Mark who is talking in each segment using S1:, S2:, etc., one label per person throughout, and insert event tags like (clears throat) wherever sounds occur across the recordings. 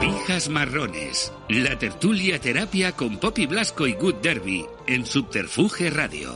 S1: Pijas Marrones, la tertulia terapia con Poppy Blasco y Good Derby en Subterfuge Radio.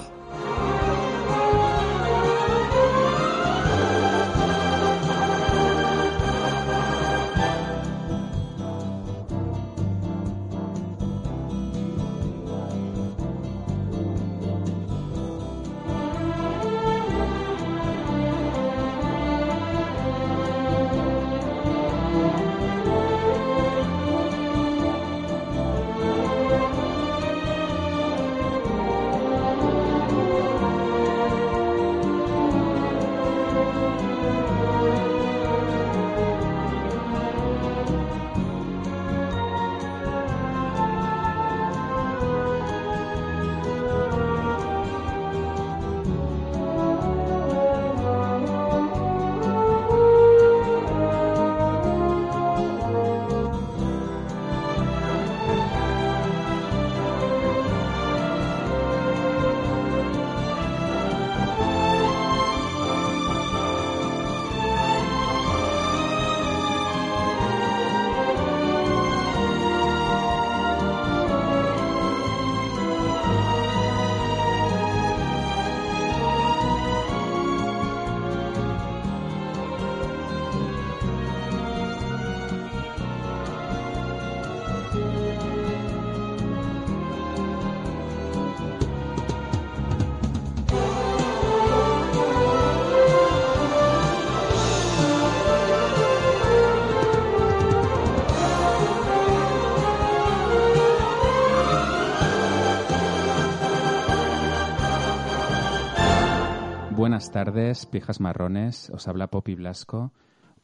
S2: Buenas tardes, pijas marrones. Os habla Poppy Blasco.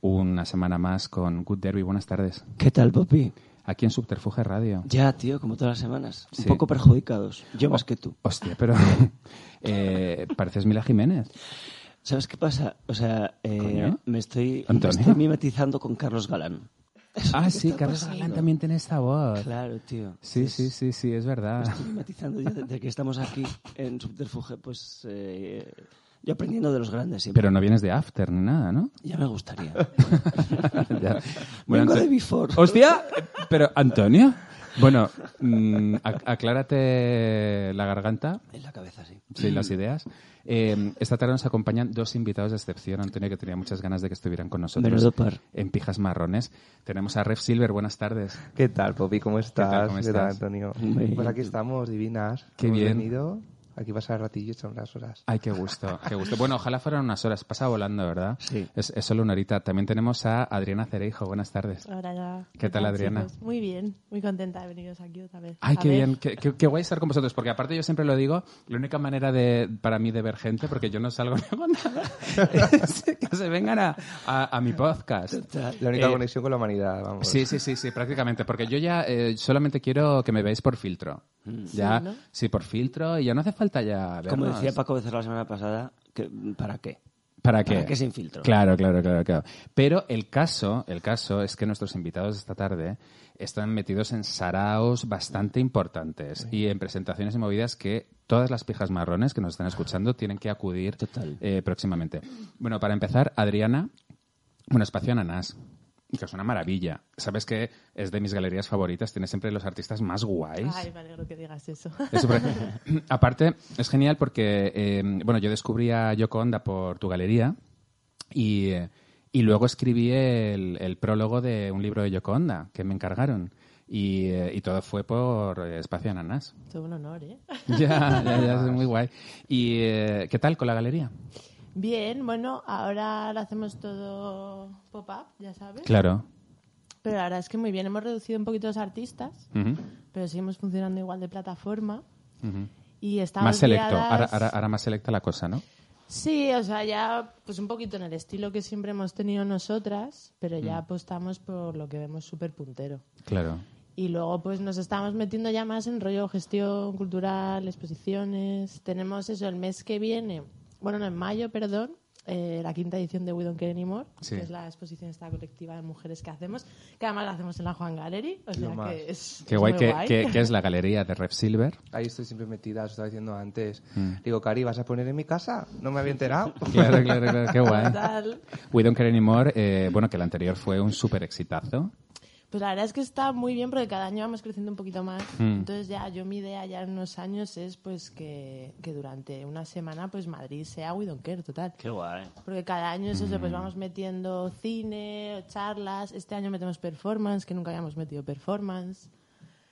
S2: Una semana más con Good Derby. Buenas tardes.
S3: ¿Qué tal, Poppy?
S2: Aquí en Subterfuge Radio.
S3: Ya, tío, como todas las semanas.
S2: Sí.
S3: Un poco perjudicados. Yo
S2: Oh,
S3: más que tú.
S2: Hostia, pero (laughs) eh, pareces Mila Jiménez.
S3: ¿Sabes qué pasa? O sea, eh,
S2: Coño.
S3: me estoy, me
S2: Antonio.
S3: estoy mimetizando con Carlos Galán.
S2: Ah, sí,
S3: está
S2: Carlos
S3: pasando?
S2: Galán también tiene esta voz.
S3: Claro, tío.
S2: Sí,
S3: Es-
S2: sí, sí, sí, es verdad.
S3: Estoy mimetizando yo desde que estamos aquí en Subterfuge, pues eh, yo aprendiendo de los grandes siempre.
S2: Pero no vienes de After ni
S3: (laughs)
S2: nada, ¿no?
S3: Ya me gustaría.
S2: (laughs) Ya.
S3: Vengo
S2: Anto-
S3: de Before.
S2: ¡Hostia! Pero, ¿Antonio? Bueno, mm, ac- aclárate la garganta.
S3: En la cabeza, sí.
S2: Sí, las ideas. Eh, esta tarde nos acompañan dos invitados de excepción, Antonio, que tenía muchas ganas de que estuvieran con nosotros
S3: Menudo par.
S2: en Pijas Marrones. Tenemos a Ref Silver, buenas tardes.
S4: ¿Qué tal, Poppy? ¿Cómo estás?
S2: cómo estás?
S4: Antonio?
S3: Muy
S4: Pues
S3: bien.
S4: aquí estamos, divinas.
S2: Qué
S4: Hemos
S2: bien.
S4: venido aquí pasar el ratillo y echar unas horas.
S2: Ay, qué gusto, qué gusto. Bueno, ojalá fueran unas horas. Pasa volando, ¿verdad?
S3: Sí.
S2: Es, es solo una horita. También tenemos a Adriana Cereijo, buenas tardes.
S5: Ahora ya. Ah,
S2: ¿Qué tal, Adriana?
S5: chicos? Muy bien, muy contenta de veniros aquí otra vez.
S2: Ay,
S5: A
S2: qué
S5: ver,
S2: bien, qué, qué- qué guay estar con vosotros, porque aparte yo siempre lo digo, la única manera de, para mí de ver gente, porque yo no salgo (laughs) ni hago nada, es que se vengan a, a- a mi podcast.
S4: La única
S2: Eh,
S4: conexión con la humanidad, vamos.
S2: Sí, sí, sí, sí, prácticamente. Porque yo ya eh, solamente quiero que me veáis por filtro. Ya, sí,
S5: Sí, ¿no?
S2: por filtro. Y ya no hace falta ya
S3: Mm. Como
S2: vernos.
S3: decía Paco Becerra la semana pasada, que- ¿para qué?
S2: ¿Para qué?
S3: para que sin filtro.
S2: Claro, claro, claro, claro. Pero el caso, el caso es que nuestros invitados esta tarde están metidos en saraos bastante importantes y en presentaciones y movidas que todas las pijas marrones que nos están escuchando tienen que acudir
S3: Total.
S2: eh, próximamente. Bueno, para empezar, Adriana, bueno, Espacio Ananás, que es una maravilla. Sabes que es de mis galerías favoritas, tiene siempre los artistas más guays.
S5: Ay, me alegro que digas eso. (laughs)
S2: Es súper- (clears throat) Aparte, es genial porque, eh, bueno, yo descubrí a Yoko Onda por tu galería y, eh, y luego escribí el, el prólogo de un libro de Yoko Onda que me encargaron. Y, eh, y todo fue por eh, Espacio Ananás. (laughs)
S5: Todo un honor, ¿eh?
S2: Ya, ya, ya, es muy guay. ¿Y eh, qué tal con la galería?
S5: Bien, bueno, ahora lo hacemos todo pop-up, ya sabes.
S2: Claro.
S5: Pero la verdad es que muy bien, hemos reducido un poquito los artistas,
S2: Ujú,
S5: pero seguimos funcionando igual de plataforma.
S2: ujú.
S5: Y estamos
S2: Más selecto, ahora,
S5: guiadas-
S2: ahora- ahora más selecta la cosa, ¿no?
S5: Sí, o sea, ya pues un poquito en el estilo que siempre hemos tenido nosotras, pero
S2: Mm.
S5: ya apostamos por lo que vemos súper puntero.
S2: Claro.
S5: Y luego, pues nos estamos metiendo ya más en rollo gestión cultural, exposiciones. Tenemos eso el mes que viene, bueno, no, en mayo, perdón, eh, la quinta edición de We Don't Care Anymore,
S2: Sí.
S5: que es la exposición esta colectiva de mujeres que hacemos, que además la hacemos en la Juan Gallery. O sea
S4: más.
S5: que es.
S2: Qué
S5: es
S2: guay
S5: muy
S2: que, que- que es la galería de Rep Silver.
S4: Ahí estoy siempre metida, os estaba diciendo antes.
S2: Mm.
S4: Digo, Cari, ¿vas a poner en mi casa? No me
S2: (laughs)
S4: había enterado.
S2: Claro, claro, (laughs)
S5: (laughs)
S2: claro, qué guay.
S5: Total.
S2: We Don't Care Anymore, eh, bueno, que el anterior fue un súper exitazo.
S5: Pues la verdad es que está muy bien porque cada año vamos creciendo un poquito más.
S2: Mm.
S5: Entonces ya yo mi idea ya en unos años es pues que, que durante una semana pues Madrid sea We Don't Care, total.
S6: Qué guay.
S5: Porque cada año es eso, pues vamos metiendo cine, charlas. Este año metemos performance, que nunca habíamos metido performance.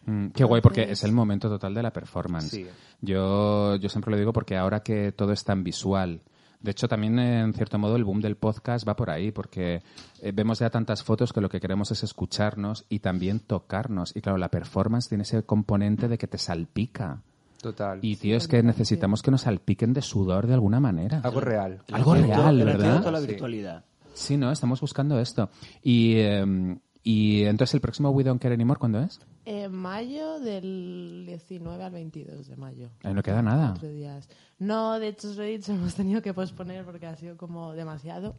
S2: Mm, qué guay, porque es el momento total de la performance.
S4: Sí.
S2: Yo, yo siempre lo digo porque ahora que todo es tan visual. De hecho, también eh, en cierto modo el boom del podcast va por ahí, porque eh, vemos ya tantas fotos que lo que queremos es escucharnos y también tocarnos. Y claro, la performance tiene ese componente de que te salpica.
S4: Total.
S2: Y tío, es que necesitamos que nos salpiquen de sudor de alguna manera.
S4: Algo real.
S2: Algo real,
S6: El
S2: ¿verdad?
S6: acierto a la
S4: Sí.
S6: virtualidad.
S2: Sí, no, estamos buscando esto. Y, eh, y entonces el próximo We Don't Care Anymore, ¿cuándo es?
S5: En mayo del 19 al 22 de mayo.
S2: Eh, no queda nada.
S5: Cuatro días. No, de hecho, os lo he dicho, hemos tenido que posponer porque ha sido como demasiado.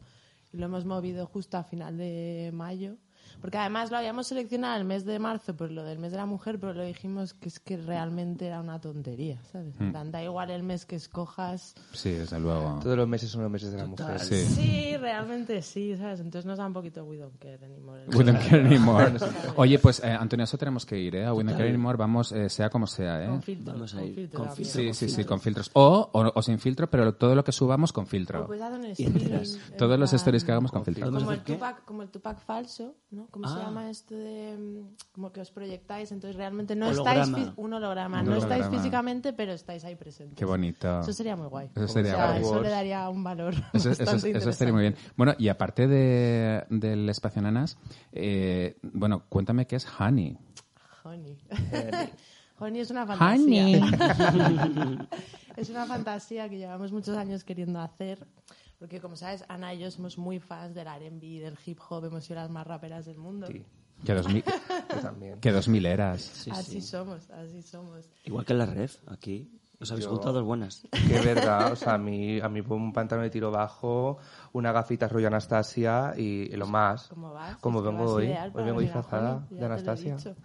S5: Y lo hemos movido justo a final de mayo. Porque además lo habíamos seleccionado el mes de marzo por lo del mes de la mujer, pero lo dijimos que es que realmente era una tontería, ¿sabes? En plan, Da igual el mes que escojas.
S2: Sí, desde (laughs) luego.
S4: Todos los meses son los meses de la mujer.
S2: Sí.
S5: Sí, realmente sí, ¿sabes? Entonces nos da un poquito we don't care anymore.
S2: We don't care anymore. Oye, pues eh, Antonio, eso tenemos que ir, ¿eh? A We don't care anymore, vamos, eh, sea como sea, ¿eh?
S5: Con filtro,
S6: Vamos a
S5: con
S6: ir
S5: filtro
S6: con
S5: también.
S6: filtro.
S2: Sí, sí, sí, con filtros. O, o, o sin filtro, pero todo lo que subamos con
S5: O
S2: filtro.
S5: puedes hacer un
S6: enteras.
S5: streaming, Pues, en
S2: Todos los
S5: plan-
S2: stories que hagamos con filtro.
S6: ¿Podemos
S5: Como el,
S6: hacer qué?
S5: Tupac, como el Tupac falso, ¿no? ¿Cómo se
S6: Ah.
S5: llama esto de mm, como que os proyectáis? Entonces realmente no
S6: Holograma.
S5: estáis fí- un holograma,
S2: Un
S5: no
S2: holograma.
S5: estáis físicamente, pero estáis ahí presentes.
S2: Qué bonito.
S5: Eso sería muy guay.
S2: Eso sería
S5: O sea,
S2: guay.
S5: eso le daría un valor.
S2: Eso, eso-
S5: bastante
S2: eso estaría muy bien. Bueno, y aparte de, del espacio nanas, eh, bueno, cuéntame qué es Honey.
S5: Honey. (laughs) Honey es una fantasía. es una fantasía que llevamos muchos años queriendo hacer. Porque, como sabes, Ana y yo somos muy fans del R&B, del hip hop, hemos sido las más raperas del mundo.
S4: Sí,
S2: (laughs) Que dos, mil,
S4: yo también.
S2: que dos mileras.
S6: Sí,
S5: así
S6: sí.
S5: somos, así somos.
S6: Igual que en la red, aquí. Os habéis
S4: Yo-
S6: juntado dos buenas.
S4: Qué verdad, o sea, a mí, a mí fue un pantalón de tiro bajo, una gafita rollo Anastasia y lo más.
S5: ¿Cómo vas?
S4: Como
S5: Es que
S4: vengo
S5: vas
S4: hoy,
S5: ideal
S4: hoy
S5: para
S4: vengo
S5: venir a
S4: disfrazada
S5: Juan, ya
S4: de
S5: te lo he
S4: Anastasia.
S5: dicho.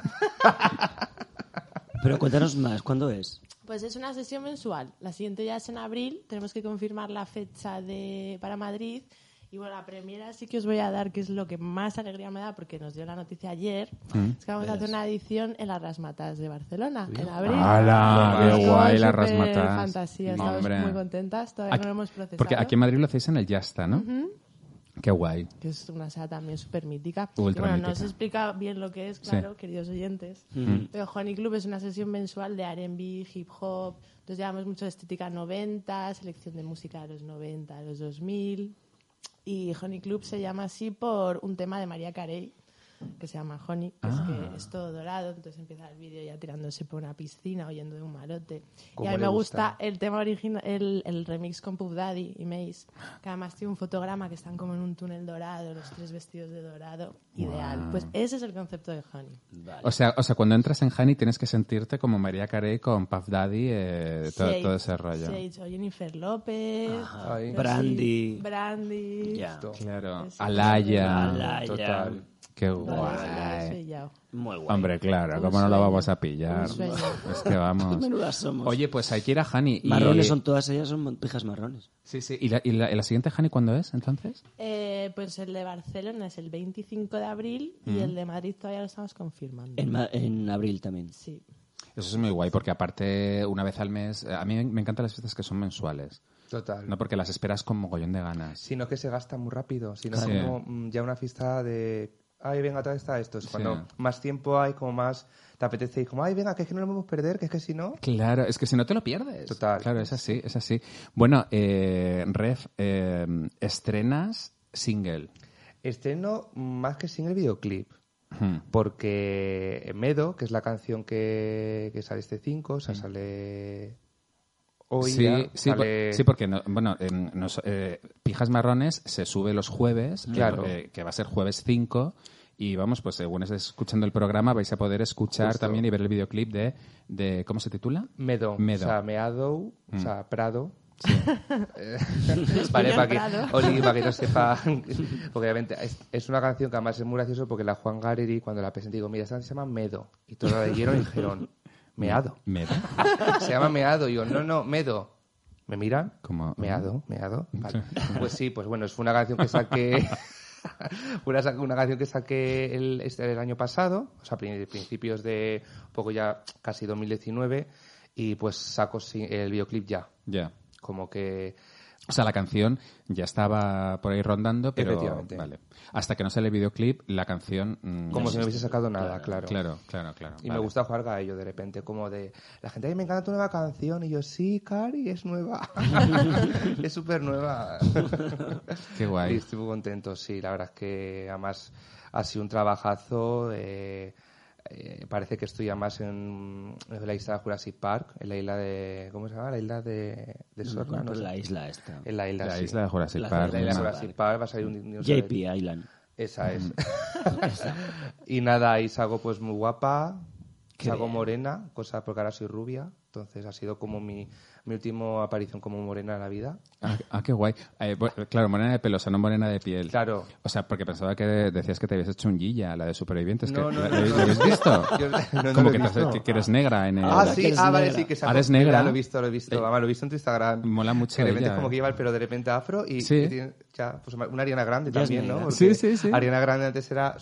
S6: Pero cuéntanos más, ¿cuándo es?
S5: Pues es una sesión mensual. La siguiente ya es en abril. Tenemos que confirmar la fecha de, para Madrid. Y bueno, la primera sí que os voy a dar, que es lo que más alegría me da, porque nos dio la noticia ayer.
S2: Mm.
S5: Es que vamos a hacer una edición en las Rasmatas de Barcelona, en abril.
S2: ¡Hala! ¡Qué
S5: Estamos
S2: guay las
S5: súper
S2: Rasmatas!
S5: fantasía, estamos
S2: Hombre.
S5: muy contentas. Todavía
S2: Aquí-
S5: no lo hemos procesado.
S2: Porque aquí en Madrid lo hacéis en el Yasta, ¿no? Qué guay.
S5: que es una sala también súper mítica.
S2: Ultra
S5: Y bueno, no
S2: mítica.
S5: se explica bien lo que es, claro, queridos oyentes.
S4: Mm.
S5: Pero Honey Club es una sesión mensual de R&B, hip hop, entonces llevamos mucho de estética 90, selección de música de los 90, de los 2000. Y Honey Club se llama así por un tema de María Carey, que se llama Honey, que es que es todo dorado, entonces empieza el vídeo ya tirándose por una piscina, oyendo de un malote. Y
S4: Como
S5: a mí
S4: le
S5: me gusta,
S4: gusta.
S5: el tema original, el, el remix con Puff Daddy y Mace, que además tiene un fotograma que están como en un túnel dorado, los tres vestidos de dorado, ideal. Pues ese es el concepto de Honey.
S2: O sea, o sea, cuando entras en Honey tienes que sentirte como María Carey con Puff Daddy, eh,
S5: Se
S2: todo,
S5: ha-
S2: todo ese rollo.
S5: Se ha dicho Jennifer López,
S4: Ay,
S5: pero
S6: Brandy.
S5: sí, Brandy.
S6: Ya.
S2: Claro.
S5: Sí.
S2: Alaya.
S6: Alaya.
S4: Total.
S2: Qué
S5: Vale, ya,
S2: guay.
S5: soy yo.
S6: Muy guay.
S2: Hombre, claro,
S5: Un
S2: ¿cómo no lo
S5: sueño.
S2: vamos a pillar?
S5: Un sueño.
S2: Es que
S5: (laughs)
S2: vamos.
S6: Menudas somos.
S2: Oye, eh, pues hay que ir a Honey. Y-
S6: marrones son todas ellas, son mon- pijas marrones.
S2: Sí, sí. ¿Y la, y la- y la siguiente Honey cuándo es, entonces?
S5: Eh, pues el de Barcelona es el 25 de abril
S2: Mm.
S5: y el de Madrid todavía lo estamos confirmando.
S6: En, ma- en abril también.
S5: Sí.
S2: Eso es muy guay, porque aparte, una vez al mes... A mí me encantan las fiestas que son mensuales.
S4: Total.
S2: No porque las esperas con mogollón de ganas.
S4: Sino que se gasta muy rápido, sino
S2: Sí.
S4: como mm, ya una fiesta de... Ay, venga, tal está esto. Es cuando
S2: Sí.
S4: más tiempo hay, como más te apetece y como, ay, venga, que es que no lo podemos perder, que es que si no...
S2: Claro, es que si no te lo pierdes.
S4: Total.
S2: Claro, es así, es así. Bueno, eh, Ref, eh, estrenas single.
S4: Estreno más que sin el videoclip.
S2: Hmm.
S4: Porque Medo, que es la canción que, que sale este 5, o sea, sale hoy.
S2: Sí,
S4: ya,
S2: sí, por-
S4: sale-
S2: sí, porque no- bueno, em, nos- eh, Pijas Marrones se sube los jueves, que-
S4: Claro.
S2: eh, que, va a ser jueves 5. Y vamos, pues según estés escuchando el programa, vais a poder escuchar
S4: Justo.
S2: también y ver el videoclip de, de. ¿Cómo se titula?
S4: Medo,
S2: Medo.
S4: O sea, Meado, o sea, Prado. (laughs) Eh,
S5: pillan
S4: vale, para que,
S5: Prado.
S4: Oli, para que no sepa. (laughs) porque obviamente es, es una canción que además es muy gracioso porque la Juan Gareri, cuando la presenté, digo, mira, esta se llama Medo. Y todos la leyeron y dijeron, Meado.
S2: Medo.
S4: Se llama Meado. Y yo, no, no, Medo. ¿Me miran?
S2: Como- (laughs)
S4: Meado, Meado. Vale. Pues sí, pues bueno, es una canción que saqué. (laughs) una, sa- una canción que saqué el, este, el año pasado, o sea, prin- principios de un poco ya casi 2019, y pues saco si- el videoclip ya.
S2: Ya.
S4: Como que
S2: O sea, la canción ya estaba por ahí rondando, pero
S4: Efectivamente.
S2: vale. Hasta que no sale el videoclip, la canción mm,
S4: como
S2: no
S4: si no
S2: existe.
S4: hubiese sacado nada, claro.
S2: Claro, claro, claro.
S4: Y
S2: vale.
S4: me gusta jugar a ello de repente, como de la gente, ay, me encanta tu nueva canción. Y yo, sí, Cari, es nueva. (laughs) es súper nueva.
S2: Qué guay.
S4: Y estoy muy contento, sí. La verdad es que además ha sido un trabajazo. eh, eh, parece que estoy además en, en la isla de Jurassic Park, en la isla de. ¿Cómo se llama? La isla de, de Sorna.
S6: Por
S4: no sé.
S6: la isla esta.
S4: En la isla,
S2: La
S4: sí.
S2: isla de Jurassic
S6: La-
S2: Park. Ah,
S4: La isla de
S2: ¿no?
S4: Jurassic Park va a salir un dinosaurio.
S6: JP Island.
S4: Esa es. (laughs) y nada, y salgo pues muy guapa, salgo morena, cosa porque ahora soy rubia, entonces ha sido como mi, mi última aparición como morena en la vida.
S2: Ah, ah, qué guay. Eh, bu- claro, morena de pelo, o sea, no morena de piel.
S4: Claro.
S2: O sea, porque pensaba que decías que te habías hecho un guilla, la de supervivientes.
S4: No,
S2: que,
S4: no,
S2: ¿la-
S4: no,
S2: ¿la-
S4: no.
S2: ¿la habéis visto?
S4: (laughs) Yo- no, no
S2: Como
S4: lo he
S2: que, te hace-
S4: visto.
S2: que- que eres negra en el...
S4: Ah,
S6: que
S4: sí,
S6: eres
S4: ah, vale,
S6: negra.
S4: sí, que saco-
S2: Ahora es negra.
S4: Ya Lo he visto, lo he visto,
S2: Eh,
S4: vamos, lo he visto en tu Instagram.
S2: mola mucho
S4: De repente
S2: ella,
S4: es como
S2: eh.
S4: que lleva el pelo de repente afro y,
S2: Sí.
S4: y tiene ya, pues, una Ariana Grande
S6: Ya es
S4: también, ¿no?
S6: negra.
S2: Sí,
S4: Porque
S2: sí, sí.
S4: Ariana Grande antes era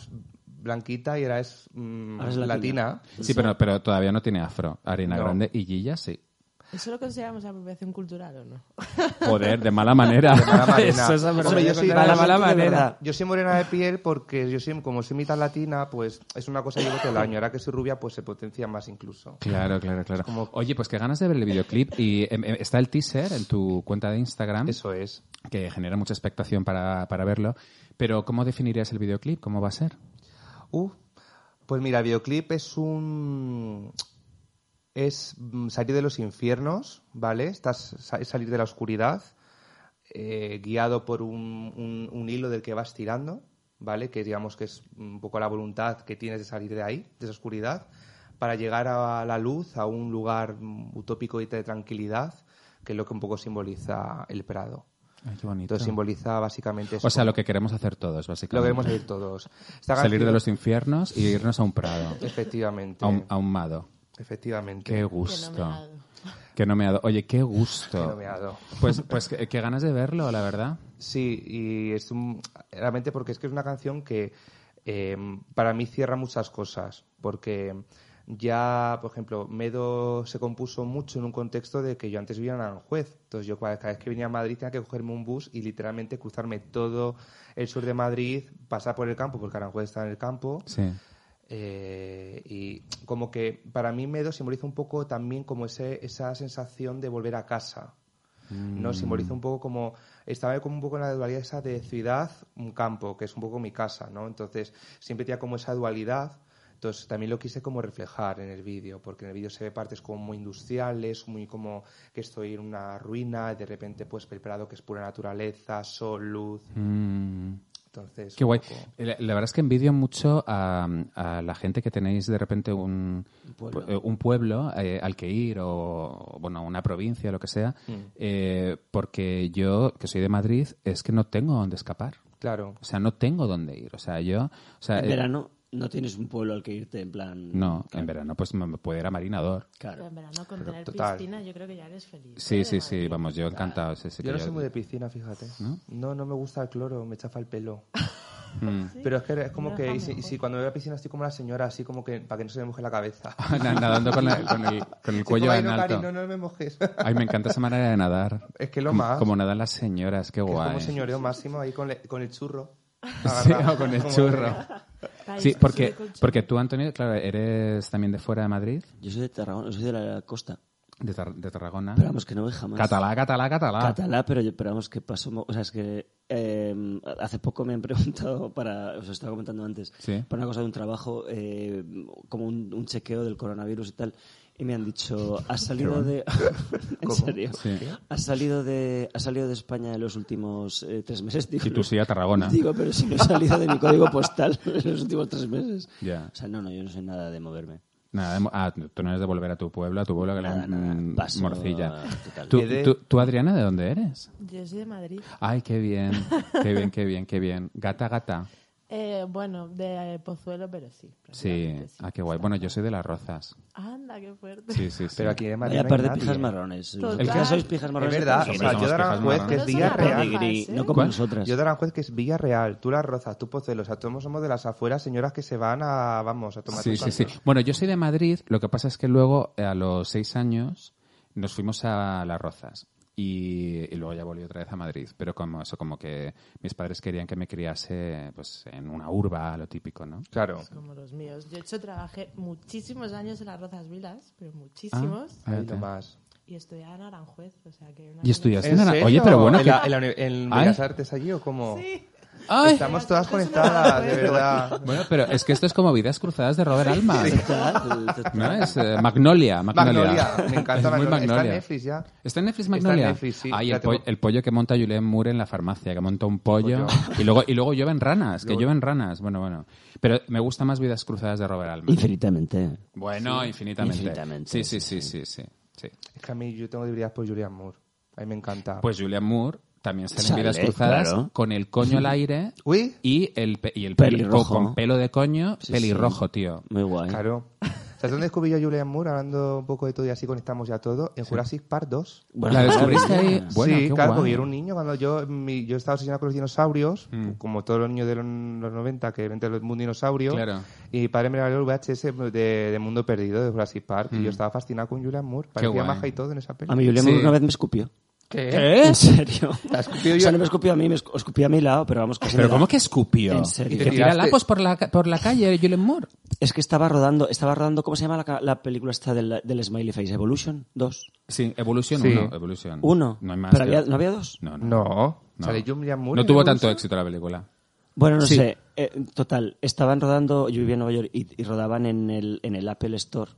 S4: blanquita y ahora es mm,
S6: Ahora es latina.
S2: (laughs)
S4: latina.
S2: Sí, pero, pero todavía no tiene afro. Arena
S4: No.
S2: Grande y guilla, sí.
S5: ¿Eso lo consideramos apropiación cultural o no? (laughs)
S2: Joder, de mala
S4: (laughs)
S2: manera.
S4: mala manera.
S2: Eso es
S4: Hombre,
S2: apropiación
S4: yo soy-
S2: cultural de
S4: mala-
S2: mala
S6: de
S2: manera.
S6: verdad.
S4: Yo soy morena de piel porque yo soy, como soy mitad latina, pues es una cosa yo creo que el año. Ahora que soy rubia, pues se potencia más incluso.
S2: Claro, claro, claro.
S4: como-
S2: Oye, pues qué ganas de ver el videoclip. Y em, em, está el teaser en tu cuenta de Instagram,
S4: Eso es.
S2: que genera mucha expectación para, para verlo. Pero, ¿cómo definirías el videoclip? ¿Cómo va a ser?
S4: Uh, pues mira, videoclip es un... Es mm, salir de los infiernos, ¿vale? Estás, sa- es salir de la oscuridad, eh, guiado por un, un- un hilo del que vas tirando, ¿vale? Que digamos que es un poco la voluntad que tienes de salir de ahí, de esa oscuridad, para llegar a la luz, a un lugar mm, utópico y de tranquilidad, que es lo que un poco simboliza el Prado.
S2: Ay, qué bonito.
S4: Entonces simboliza básicamente eso.
S2: O sea, lo que queremos hacer todos, básicamente.
S4: Lo queremos ir todos. Esta
S2: Salir de
S4: canción-
S2: los infiernos y irnos a un prado,
S4: Este. Efectivamente.
S2: a un, a un mado.
S4: Efectivamente.
S2: Qué gusto. Que no me ha dado. Oye, qué gusto.
S4: Qué nomeado.
S2: Pues, pues qué, qué ganas de verlo, la verdad.
S4: Sí, y es un- realmente porque es que es una canción que eh, para mí cierra muchas cosas, porque ya, por ejemplo, Medo se compuso mucho en un contexto de que yo antes vivía en Aranjuez, entonces yo cada cada vez que venía a Madrid tenía que cogerme un bus y literalmente cruzarme todo el sur de Madrid, pasar por el campo, porque Aranjuez está en el campo,
S2: Sí.
S4: Eh, y como que para mí Medo simboliza un poco también como ese, esa sensación de volver a casa.
S2: Mm.
S4: ¿no? Simboliza un poco como... Estaba como un poco en la dualidad esa de ciudad, un campo, que es un poco mi casa, ¿no? Entonces siempre tenía como esa dualidad. Entonces también lo quise como reflejar en el vídeo, porque en el vídeo se ve partes como muy industriales, muy como que estoy en una ruina, y de repente pues el prado que es pura naturaleza, sol, luz.
S2: Mm.
S4: Entonces...
S2: Qué
S4: un
S2: guay.
S4: poco-
S2: Eh, La, la verdad es que envidio mucho a, a la gente que tenéis de repente un,
S6: pueblo.
S2: pu- eh, un pueblo eh, al que ir o, bueno, una provincia, lo que sea,
S4: Mm.
S2: eh, porque yo, que soy de Madrid, es que no tengo dónde escapar.
S4: Claro.
S2: O sea, no tengo dónde ir. O sea, yo... O sea,
S6: En
S2: eh,
S6: verano no tienes un pueblo al que irte en plan...
S2: No, en verano pues me me puedo ir a Marinador.
S5: Pero
S6: Claro.
S5: en verano con tener
S4: total.
S5: piscina yo creo que ya eres feliz.
S2: Sí,
S5: ¿eh?
S2: sí, sí,
S5: Madrid.
S2: vamos, yo encantado. sí, sí,
S4: Yo
S2: que
S4: no
S2: (laughs)
S4: soy muy de piscina, fíjate. ¿No? no, me gusta el cloro, me chafa el pelo.
S2: Mm.
S4: Pero es que es como
S5: Me
S4: que
S5: Ah, deja
S4: y si, y si cuando voy a la piscina estoy como la señora, así como que para que no se me moje la cabeza.
S2: Nadando con, la- con el, con Ah, el
S4: Así
S2: cuello
S4: como, "Ay,
S2: en
S4: no, Cari,
S2: alto.
S4: no, no
S2: (laughs)
S4: me mojes.
S2: Ay, me encanta esa manera de nadar.
S4: Es que lo
S2: Como-
S4: más.
S2: Como nadan las señoras, qué
S4: que es
S2: guay.
S4: como señoreo máximo ahí con, le- con el churro.
S2: (laughs)
S6: (laughs)
S2: Sí,
S4: Agarrado,
S2: o con el
S4: como-
S2: churro.
S5: País
S2: Sí,
S5: que
S2: porque,
S5: sube con churro.
S2: porque tú, Antonio, claro, eres también de fuera de Madrid,
S6: Yo soy de Tarragona, yo soy de la costa.
S2: de, Tar- de Tarragona.
S6: Pero vamos, que no voy jamás.
S2: Catalá, catalá, catalá.
S6: Catalá, pero yo, pero vamos, que pasó. mo- O sea, es que eh, hace poco me han (laughs) preguntado para. Os estaba comentando antes.
S2: Sí.
S6: Para una cosa de un trabajo, eh, como un, un chequeo del coronavirus y tal. Y me han dicho,
S2: (laughs)
S6: has salido de. (laughs) en serio.
S2: Sí.
S6: Has salido de, has salido de España en los últimos eh, tres meses. (laughs) Digo,
S2: Y tú sí a Tarragona.
S6: Digo, pero si no he salido de mi código postal (laughs) en los últimos tres meses.
S2: Ya.
S6: O sea, no, no, yo no sé nada de moverme.
S2: Nada, de mo- ah, tú no eres de volver a tu pueblo, a tu pueblo que la
S6: Nada, nada,
S2: mm,
S6: paso,
S2: morcilla.
S6: total.
S2: ¿Tú,
S4: Y de-
S2: tú- tú, Adriana, de dónde eres?
S5: Yo soy de Madrid.
S6: (laughs)
S2: Ay, qué bien, qué bien, qué bien, qué bien. Gata, gata.
S5: Eh, bueno, de eh, Pozuelo, pero sí.
S2: Sí.
S5: prácticamente
S2: Ah, qué guay. Bueno, yo soy de las rozas.
S5: Anda, qué fuerte.
S2: Sí, sí, sí.
S4: Pero aquí en
S6: Y
S4: Madrid no hay
S6: aparte
S4: nadie.
S6: pijas marrones.
S5: Total.
S6: ¿El que sois pijas
S4: Es
S6: marrones?
S4: verdad,
S2: Sí,
S4: o
S6: somos
S4: sea,
S2: somos
S4: yo daré
S2: pijas
S4: un juez
S2: marrones.
S4: que es
S5: No son
S4: Villa
S5: las
S4: Real.
S5: rojas,
S6: pedigrí,
S5: ¿eh?
S6: no como
S2: ¿Cuál?
S6: nosotras.
S4: Yo daré un juez que es Villa Real. Tú las rozas, tú Pozuelo, o sea, todos somos de las afueras, señoras que se van a, vamos, a tomar
S2: Sí,
S4: un
S2: sí, sí.
S4: café.
S2: Bueno, yo soy de Madrid, lo que pasa es que luego, eh, a los seis años, nos fuimos a Las Rozas. Y, y luego ya volví otra vez a Madrid. Pero como eso, como que mis padres querían que me criase pues, en una urba, lo típico, ¿no?
S4: Claro.
S5: Como los míos. Yo, de hecho, trabajé muchísimos años en las Rozas Vilas, pero muchísimos.
S2: Ah,
S4: Ahí
S2: ok.
S4: lo más.
S5: Y estudiaba en Aranjuez, o sea que... una
S2: ¿Y
S5: conexión-
S2: estudiaste
S4: ¿En
S2: en Ara-
S4: serio?
S2: Oye, pero bueno,
S4: ¿En,
S2: que...
S4: la- en la uni- en
S2: Ay.
S4: Bellas Artes allí o cómo?
S5: Sí.
S2: ¡Ay!
S4: Estamos todas
S5: Es una
S4: conectadas, de
S5: maravilla.
S4: verdad.
S2: Bueno, pero es que esto es como Vidas Cruzadas de Robert Alma. ¿No? Es eh, Magnolia, (laughs) Magnolia.
S4: Magnolia,
S2: (laughs)
S4: me encanta
S2: Es muy
S4: Magnolia. Está en
S2: Magnolia.
S4: Netflix ya.
S2: ¿Está en Netflix
S4: Está en
S2: Magnolia?
S4: Netflix, sí,
S2: Ay,
S4: la
S2: el, po-
S4: tengo.
S2: el pollo que monta Julian Moore en la farmacia, que monta un pollo.
S4: Pollo.
S2: Y luego, y luego llueven ranas, que
S4: Luego-
S2: llueven ranas. Bueno, bueno. Pero me gusta más Vidas Cruzadas de Robert Alma.
S6: (laughs) (laughs) Infinitamente.
S2: Bueno, infinitamente.
S6: Infinitamente,
S2: Sí, sí, sí,
S6: sí,
S2: sí, sí, sí.
S4: Es que a mí yo tengo debilidad por Julian Moore. A mí me encanta.
S2: Pues Julian Moore también sale en
S6: Sale,
S2: Vidas Cruzadas
S6: claro.
S2: con el coño al aire
S4: Uy.
S2: y el, pe- y el
S6: Pelirrojo.
S2: con pelo de coño,
S6: Sí,
S2: pelirrojo, tío.
S6: Muy guay.
S4: Claro. ¿Sabes dónde descubrí yo a Julian Moore? Hablando un poco de todo y así conectamos ya todo. En Jurassic Park 2.
S6: Bueno,
S2: la descubriste
S6: claro.
S2: ahí. Bueno,
S4: sí,
S2: qué
S4: claro,
S2: guay.
S4: porque yo era un niño cuando yo, mi- yo estaba obsesionado con los dinosaurios,
S2: Mm.
S4: como todos los niños de los, los 90 que ven todo el mundo dinosaurio.
S2: Claro.
S4: Y mi padre me regaló el VHS de, de Mundo Perdido de Jurassic Park y yo estaba fascinado con Julian Moore. Parecía
S2: Mm. guay.
S4: maja y todo en esa peli.
S6: A mí Julián
S2: Sí.
S6: una vez me escupió.
S2: ¿Qué?
S6: ¿En serio?
S4: ¿Te ha escupido
S6: o sea,
S4: yo?
S6: no me escupió a mí, me escu- escupió a mi lado, pero vamos, casi me
S2: ¿Pero
S6: da.
S2: cómo que escupió?
S6: En serio.
S2: Que
S4: ¿Te
S2: tira
S4: tiraste?
S2: lapos por la, ca- por la calle, Julian Moore.
S6: Es que estaba rodando, estaba rodando, ¿cómo se llama la, ca- la película esta del, del Smiley Face? ¿Evolution? ¿Dos?
S2: Sí, Evolution
S4: Sí.
S2: 1. Evolution.
S6: ¿Uno?
S2: No hay más.
S6: Pero
S2: tío.
S6: había- ¿No había dos?
S2: No, no.
S4: No.
S2: no.
S4: Sale Julian Moore.
S2: No
S4: en
S2: tuvo
S4: la
S2: tanto
S4: bolsa.
S2: éxito la película.
S6: Bueno, no
S2: Sí.
S6: sé. Eh, total, estaban rodando, yo vivía en Nueva York, y, y rodaban en el, en el Apple Store.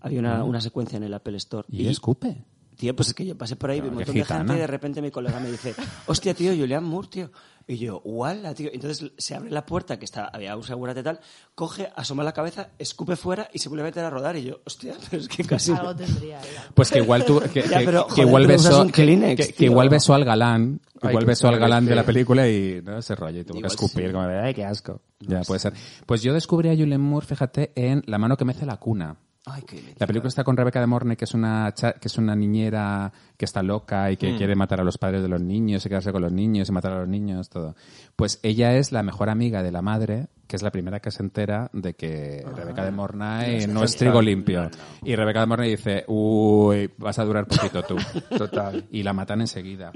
S6: Había una, una secuencia en el Apple Store.
S2: Ah. Y, escupe.
S6: Tío, pues es que yo pasé por ahí, vi un
S2: Claro, qué
S6: montón de gente
S2: gitana.
S6: y de repente mi colega me dice, hostia, tío, Julián Moore, tío. Y yo, ¡wala, tío! Entonces se abre la puerta, que está, había un segurate tal, coge, asoma la cabeza, escupe fuera y se vuelve a meter a rodar. Y yo, hostia, (laughs) pero es que casi...
S5: Algo tendría. ya.
S2: Pues que igual tú. Que,
S6: (laughs) Ya,
S2: que-
S6: pero,
S2: que
S6: joder,
S2: igual
S6: pero usas
S2: besó.
S6: un Kleenex,
S2: que- que,
S6: tío.
S2: igual besó al galán.
S4: Ay,
S2: igual
S4: qué
S2: besó al galán
S4: fuerte.
S2: de la película y no se rollo y tuvo
S6: Igual
S2: que escupir.
S6: sí.
S2: Como de, ay, qué asco. ya, puede ser. Pues yo descubrí a Julian Moore, fíjate, en La mano que mece la cuna.
S6: Ay, qué...
S2: La película está con Rebecca de Mornay, que es una cha- que es una niñera que está loca y que
S4: Mm.
S2: quiere matar a los padres de los niños y quedarse con los niños y matar a los niños, todo. Pues ella es la mejor amiga de la madre, que es la primera que se entera de que
S4: Ah,
S2: Rebecca de Mornay no es trigo limpio. Y Rebecca de Mornay dice, uy, vas a durar poquito tú.
S4: (laughs) Total.
S2: Y la matan enseguida.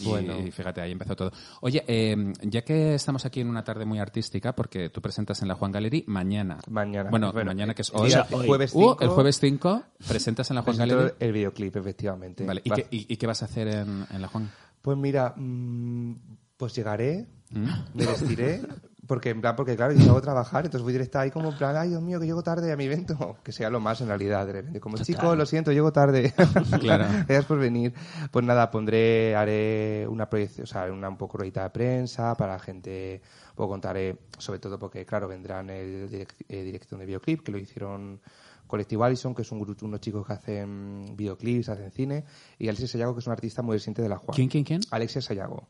S2: Y,
S4: Bueno.
S2: y fíjate, ahí empezó todo. Oye, eh, ya que estamos aquí en una tarde muy artística, porque tú presentas en la Juan Gallery mañana.
S4: Mañana.
S2: Bueno,
S4: Bueno, eh,
S2: mañana que es
S4: día-
S2: hoy.
S4: hoy. jueves
S2: Uh, el
S4: cinco.
S2: jueves 5 presentas en la Juan
S4: Presentó
S2: Gallery.
S4: el videoclip, efectivamente.
S2: Vale, ¿Y,
S4: Va-
S2: qué, y- y qué vas a hacer en, en la Juan?
S4: Pues mira, mm, pues llegaré,
S2: ¿Mm?
S4: me vestiré, porque en plan, porque claro, yo salgo a trabajar, entonces voy directa ahí como en plan, ay Dios mío, que llego tarde a mi evento, (laughs) que sea lo más en realidad, de repente, como chico, lo siento, llego tarde.
S2: (laughs) Claro.
S4: (laughs) Gracias por venir. Pues nada, pondré, haré una proyección, o sea, una un poco ruedita de prensa para la gente, o contaré, sobre todo porque, claro, vendrán el direc- eh, dirección de videoclip, que lo hicieron Colectivo Allison, que es un grupo, unos chicos que hacen videoclips, hacen cine, y Alexia Sayago, que es un artista muy reciente de la Juan.
S2: ¿Quién, quién, quién?
S4: Alexia Sayago,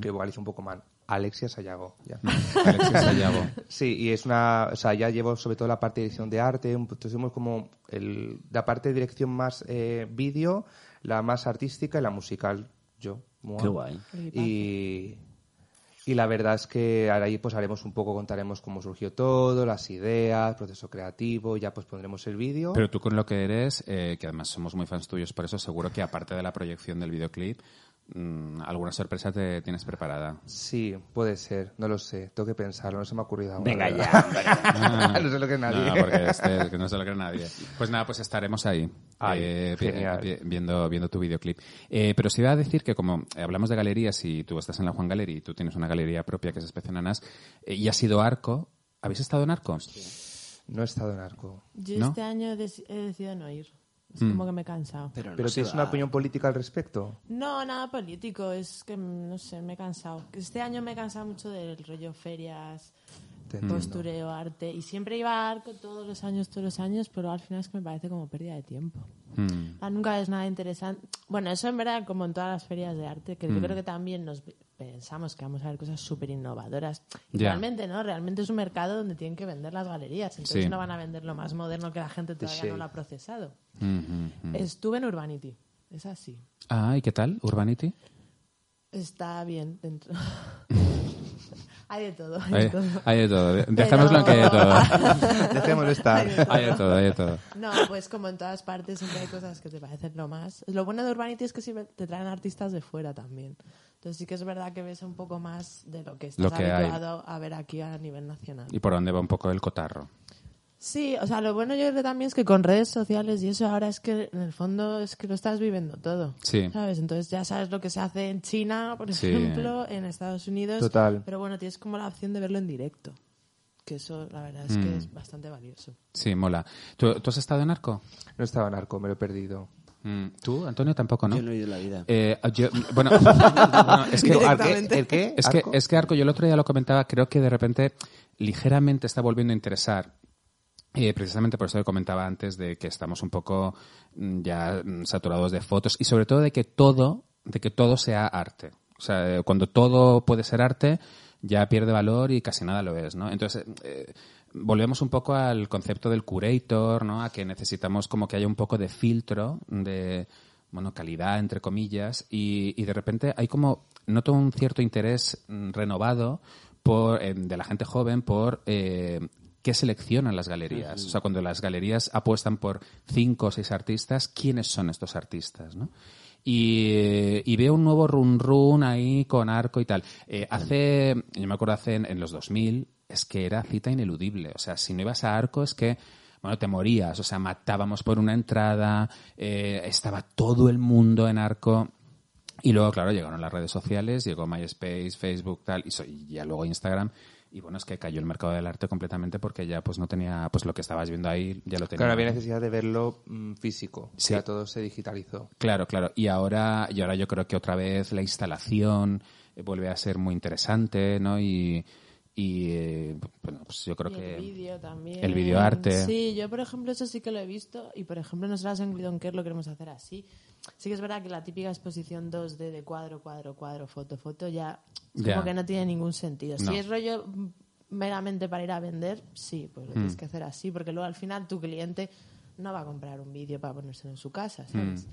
S4: que vocaliza un poco mal. Alexia Sayago, ya.
S2: Alexis Sayago.
S4: (laughs) Sí, y es una, o sea, ya llevo sobre todo la parte de dirección de arte, un- entonces somos como el, la parte de dirección más eh, vídeo, la más artística y la musical, yo. Mua.
S6: Qué guay.
S4: Y, y la verdad es que ahora ahí pues haremos un poco, contaremos cómo surgió todo, las ideas, proceso creativo, ya pues pondremos el vídeo.
S2: Pero tú con lo que eres, eh, que además somos muy fans tuyos, por eso seguro que aparte de la proyección del videoclip, mm, alguna sorpresa te tienes preparada.
S4: Sí, puede ser, no lo sé, tengo que pensarlo, no se me ha ocurrido ahora.
S6: Venga
S4: la verdad.
S6: ya.
S4: Ah, (laughs) no sé lo que nadie.
S2: No, porque este, que no se lo cree nadie. Pues nada, pues estaremos ahí.
S4: Ay,
S2: eh, vi-
S4: genial.
S2: vi- viendo, viendo tu videoclip. Eh, pero sí iba a decir que como eh, hablamos de galerías y tú estás en la Juan Gallery y tú tienes una galería propia que es Especiananas y has sido Arco. ¿Habéis estado en Arco?
S4: No he estado en arco.
S5: Yo
S2: ¿No? Mm.
S5: este año he, deci- he decidido no ir. Es como que me he cansado.
S6: Pero, no
S4: ¿Pero
S6: se
S4: tienes
S6: va.
S4: una opinión política al respecto?
S5: No, nada político, es que mm, no sé, me he cansado. Este año me he cansado mucho del rollo ferias,
S4: Te (laughs)
S5: postureo, arte. Y siempre iba a arco todos los años, todos los años, pero al final es que me parece como pérdida de tiempo.
S2: Mm.
S5: Ah, nunca es nada interesante. Bueno, eso en verdad, como en todas las ferias de arte,
S2: Mm.
S5: que yo creo que también nos pensamos que vamos a ver cosas súper innovadoras. Y
S2: Ya.
S5: Realmente, ¿no? Realmente es un mercado donde tienen que vender las galerías. Entonces
S2: Sí.
S5: no van a vender lo más moderno que la gente todavía no
S4: shape.
S5: lo ha procesado.
S2: Mm, mm, mm.
S5: Estuve en Urbanity. Es así.
S2: Ah, ¿y qué tal? ¿Urbanity?
S5: Está bien dentro. (laughs) hay de todo, hay
S2: Hay,
S5: de todo.
S2: hay de todo. Dejémoslo en que hay de
S5: (laughs)
S2: todo.
S4: Dejémoslo estar.
S5: Hay de todo.
S2: Hay de todo, hay de todo.
S5: No, pues como en todas partes siempre hay cosas que te parecen lo más. Lo bueno de Urbanity es que siempre te traen artistas de fuera también. Entonces sí que es verdad que ves un poco más de lo que estás
S2: Lo que hay.
S5: habituado a ver aquí a nivel nacional.
S2: ¿Y por dónde va un poco el cotarro?
S5: Sí, o sea, lo bueno yo creo también es que con redes sociales y eso ahora es que en el fondo es que lo estás viviendo todo.
S2: Sí.
S5: ¿Sabes? Entonces ya sabes lo que se hace en China, por
S2: Sí.
S5: ejemplo, en Estados Unidos.
S4: Total.
S5: Pero bueno, tienes como la opción de verlo en directo. Que eso, la verdad, es
S2: Mm.
S5: que es bastante valioso.
S2: Sí, mola. ¿Tú, tú has estado en Arco?
S4: No estaba narco, me lo he perdido.
S2: Mm, ¿Tú, Antonio, tampoco, no?
S6: Yo no he ido en la vida.
S2: Eh, yo- bueno, (laughs) no, es que,
S4: Digo, ¿al qué?
S5: Directamente.
S4: ¿El qué?
S2: es, que,
S4: ¿Arco?
S2: es que Arco, yo el otro día lo comentaba, creo que de repente ligeramente está volviendo a interesar. Eh, precisamente por eso que comentaba antes de que estamos un poco mm, ya mm, saturados de fotos y sobre todo de que todo, de que todo sea arte. O sea, eh, cuando todo puede ser arte, ya pierde valor y casi nada lo es, ¿no? Entonces, eh, volvemos un poco al concepto del curator, ¿no? A que necesitamos como que haya un poco de filtro de, bueno, calidad, entre comillas, y, y de repente hay como, noto un cierto interés mm, renovado por, em, de la gente joven por eh, qué seleccionan las galerías. O sea, cuando las galerías apuestan por cinco o seis artistas, ¿quiénes son estos artistas? ¿no? Y, eh, y veo un nuevo run run ahí con arco y tal. Eh, hace, yo me acuerdo hace en, en los 2000, es que era cita ineludible. O sea, si no ibas a arco es que bueno, te morías, o sea, matábamos por una entrada, eh, estaba todo el mundo en arco. Y luego, claro, llegaron las redes sociales, llegó MySpace, Facebook, tal, y, so- y ya luego Instagram. Y bueno, es que cayó el mercado del arte completamente porque ya pues no tenía, pues lo que estabas viendo ahí ya lo tenía.
S4: Claro, había necesidad de verlo mm, físico.
S2: Sí.
S4: Ya todo se digitalizó.
S2: Claro, claro. Y ahora, y ahora yo creo que otra vez la instalación eh, vuelve a ser muy interesante, ¿no? Y, y eh, bueno, pues yo creo
S5: Y
S2: que...
S5: el vídeo también.
S2: el videoarte.
S5: Sí, yo por ejemplo eso sí que lo he visto y por ejemplo nosotras en Glidonker lo queremos hacer así. Sí que es verdad que la típica exposición 2D de cuadro, cuadro, cuadro, foto, foto ya es
S2: Ya.
S5: como que no tiene ningún sentido.
S2: No.
S5: Si es rollo mm, meramente para ir a vender, sí, pues lo tienes
S2: Mm.
S5: que hacer así porque luego al final tu cliente no va a comprar un vídeo para ponérselo en su casa, ¿sabes?
S2: Mm.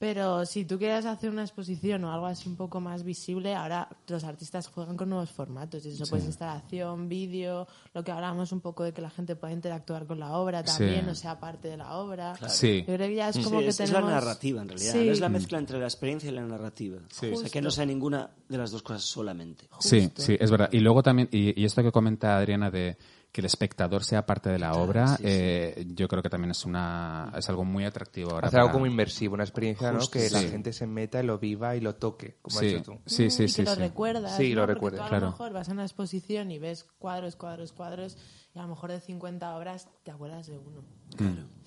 S5: Pero si tú quieres hacer una exposición o algo así un poco más visible, ahora los artistas juegan con nuevos formatos. Y eso pues instalación, vídeo, lo que hablamos un poco de que la gente pueda interactuar con la obra
S2: Sí.
S5: también, o sea, parte de la obra.
S2: Sí.
S5: Yo creo que ya es como
S6: Sí,
S5: que
S6: es, es
S5: tenemos...
S6: la narrativa, en realidad.
S5: Sí,
S6: No es la mezcla entre la experiencia y la narrativa. O sea,
S5: Justo.
S6: que no sea ninguna de las dos cosas solamente.
S2: Sí,
S5: justo.
S2: sí, es verdad. Y luego también, y, y esto que comenta Adriana de que el espectador sea parte de la obra, eh, yo creo que también es una es algo muy atractivo ahora.
S4: Hacer algo
S2: para-
S4: como inmersivo, una experiencia
S6: Justo,
S4: ¿no? que la
S6: sí.
S4: gente se meta y lo viva y lo toque, como has
S2: sí,
S4: dicho tú.
S2: sí,
S5: Mm, y
S2: sí,
S5: que
S2: sí,
S5: lo
S2: sí.
S5: recuerdas.
S4: Sí,
S5: ¿no?
S4: lo
S5: Porque
S4: recuerdas,
S5: tú a
S2: claro.
S5: lo mejor vas a una exposición y ves cuadros, cuadros, cuadros, y a lo mejor de 50 obras te acuerdas de uno.
S4: Mm.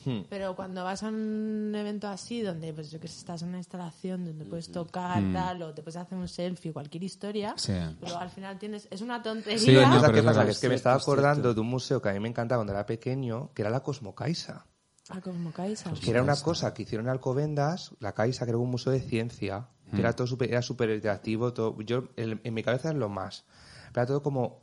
S6: Mm.
S5: Pero cuando vas a un evento así, donde pues yo que sé, estás en una instalación donde puedes tocar, tal, o te puedes hacer un selfie, cualquier historia,
S2: Mm. Sí.
S5: pero al final tienes. Es una tontería.
S2: Sí, no,
S4: O sea,
S2: pero
S4: ¿Qué
S2: es
S4: pasa?
S2: verdad.
S4: Que es que me estaba acordando de un museo que a mí me encantaba cuando era pequeño, que era la Cosmocaisa.
S5: Ah, como Caixa.
S2: Pues
S4: Que era una cosa que hicieron en Alcobendas, la Caixa, que era un museo de ciencia, que
S2: Mm.
S4: era todo súper, era súper interactivo, todo, yo, en, en mi cabeza es lo más. Pero era todo como,